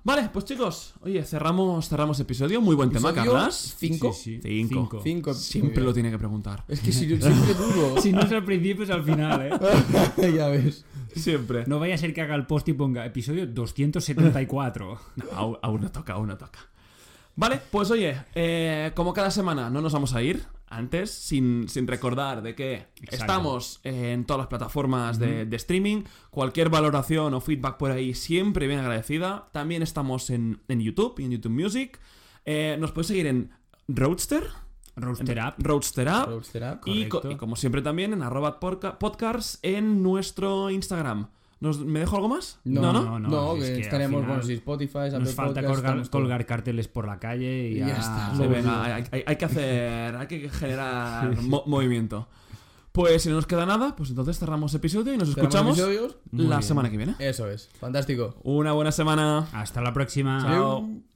[SPEAKER 1] Vale, pues chicos, oye, cerramos, cerramos episodio. Muy buen tema,
[SPEAKER 2] ¿Episodio
[SPEAKER 1] Carlas.
[SPEAKER 2] ¿Cinco?
[SPEAKER 3] Sí, sí,
[SPEAKER 1] Cinco.
[SPEAKER 2] Cinco,
[SPEAKER 3] eh.
[SPEAKER 1] Siempre lo tiene que preguntar.
[SPEAKER 2] Es que si, siempre dudo.
[SPEAKER 3] (laughs) Si no es al principio, es al final,
[SPEAKER 2] (laughs)
[SPEAKER 3] ¿eh?
[SPEAKER 2] ya ves.
[SPEAKER 1] Siempre.
[SPEAKER 3] No vaya a ser que haga el post y ponga episodio 274.
[SPEAKER 1] No, aún, aún no toca, aún no toca. Vale, pues oye, eh, como cada semana no nos vamos a ir antes sin, sin recordar de que
[SPEAKER 3] Exacto.
[SPEAKER 1] estamos en todas las plataformas de, de streaming. Cualquier valoración o feedback por ahí siempre bien agradecida. También estamos en, en YouTube y en YouTube Music. Eh, nos podéis seguir en Roadster.
[SPEAKER 3] Roaster Up.
[SPEAKER 1] Roadster App.
[SPEAKER 2] Roadster Up.
[SPEAKER 1] Y, co-
[SPEAKER 3] Correcto.
[SPEAKER 1] y como siempre también en arroba porca- podcasts en nuestro Instagram. ¿Nos- ¿Me dejo algo más?
[SPEAKER 3] No,
[SPEAKER 1] no.
[SPEAKER 3] no,
[SPEAKER 2] No,
[SPEAKER 3] si es
[SPEAKER 2] que
[SPEAKER 3] que al
[SPEAKER 2] estaremos,
[SPEAKER 3] final
[SPEAKER 2] bueno, si Spotify, Apple
[SPEAKER 3] Nos falta
[SPEAKER 2] Podcast,
[SPEAKER 3] colgar,
[SPEAKER 2] estamos todo.
[SPEAKER 3] colgar carteles por la calle y
[SPEAKER 2] Y
[SPEAKER 3] ya,
[SPEAKER 2] ya está.
[SPEAKER 1] Ah, Sí,
[SPEAKER 2] Luego
[SPEAKER 1] venga, hay, hay- hay que hacer, hay que generar mo- movimiento. Pues si no nos queda nada, pues entonces cerramos episodio y nos
[SPEAKER 2] Cerramos
[SPEAKER 1] escuchamos
[SPEAKER 2] episodios.
[SPEAKER 3] Muy
[SPEAKER 1] la
[SPEAKER 3] bien.
[SPEAKER 1] semana que viene.
[SPEAKER 2] Eso es. Fantástico.
[SPEAKER 1] Una buena semana.
[SPEAKER 3] Hasta la próxima.
[SPEAKER 1] Chao.
[SPEAKER 2] Adiós.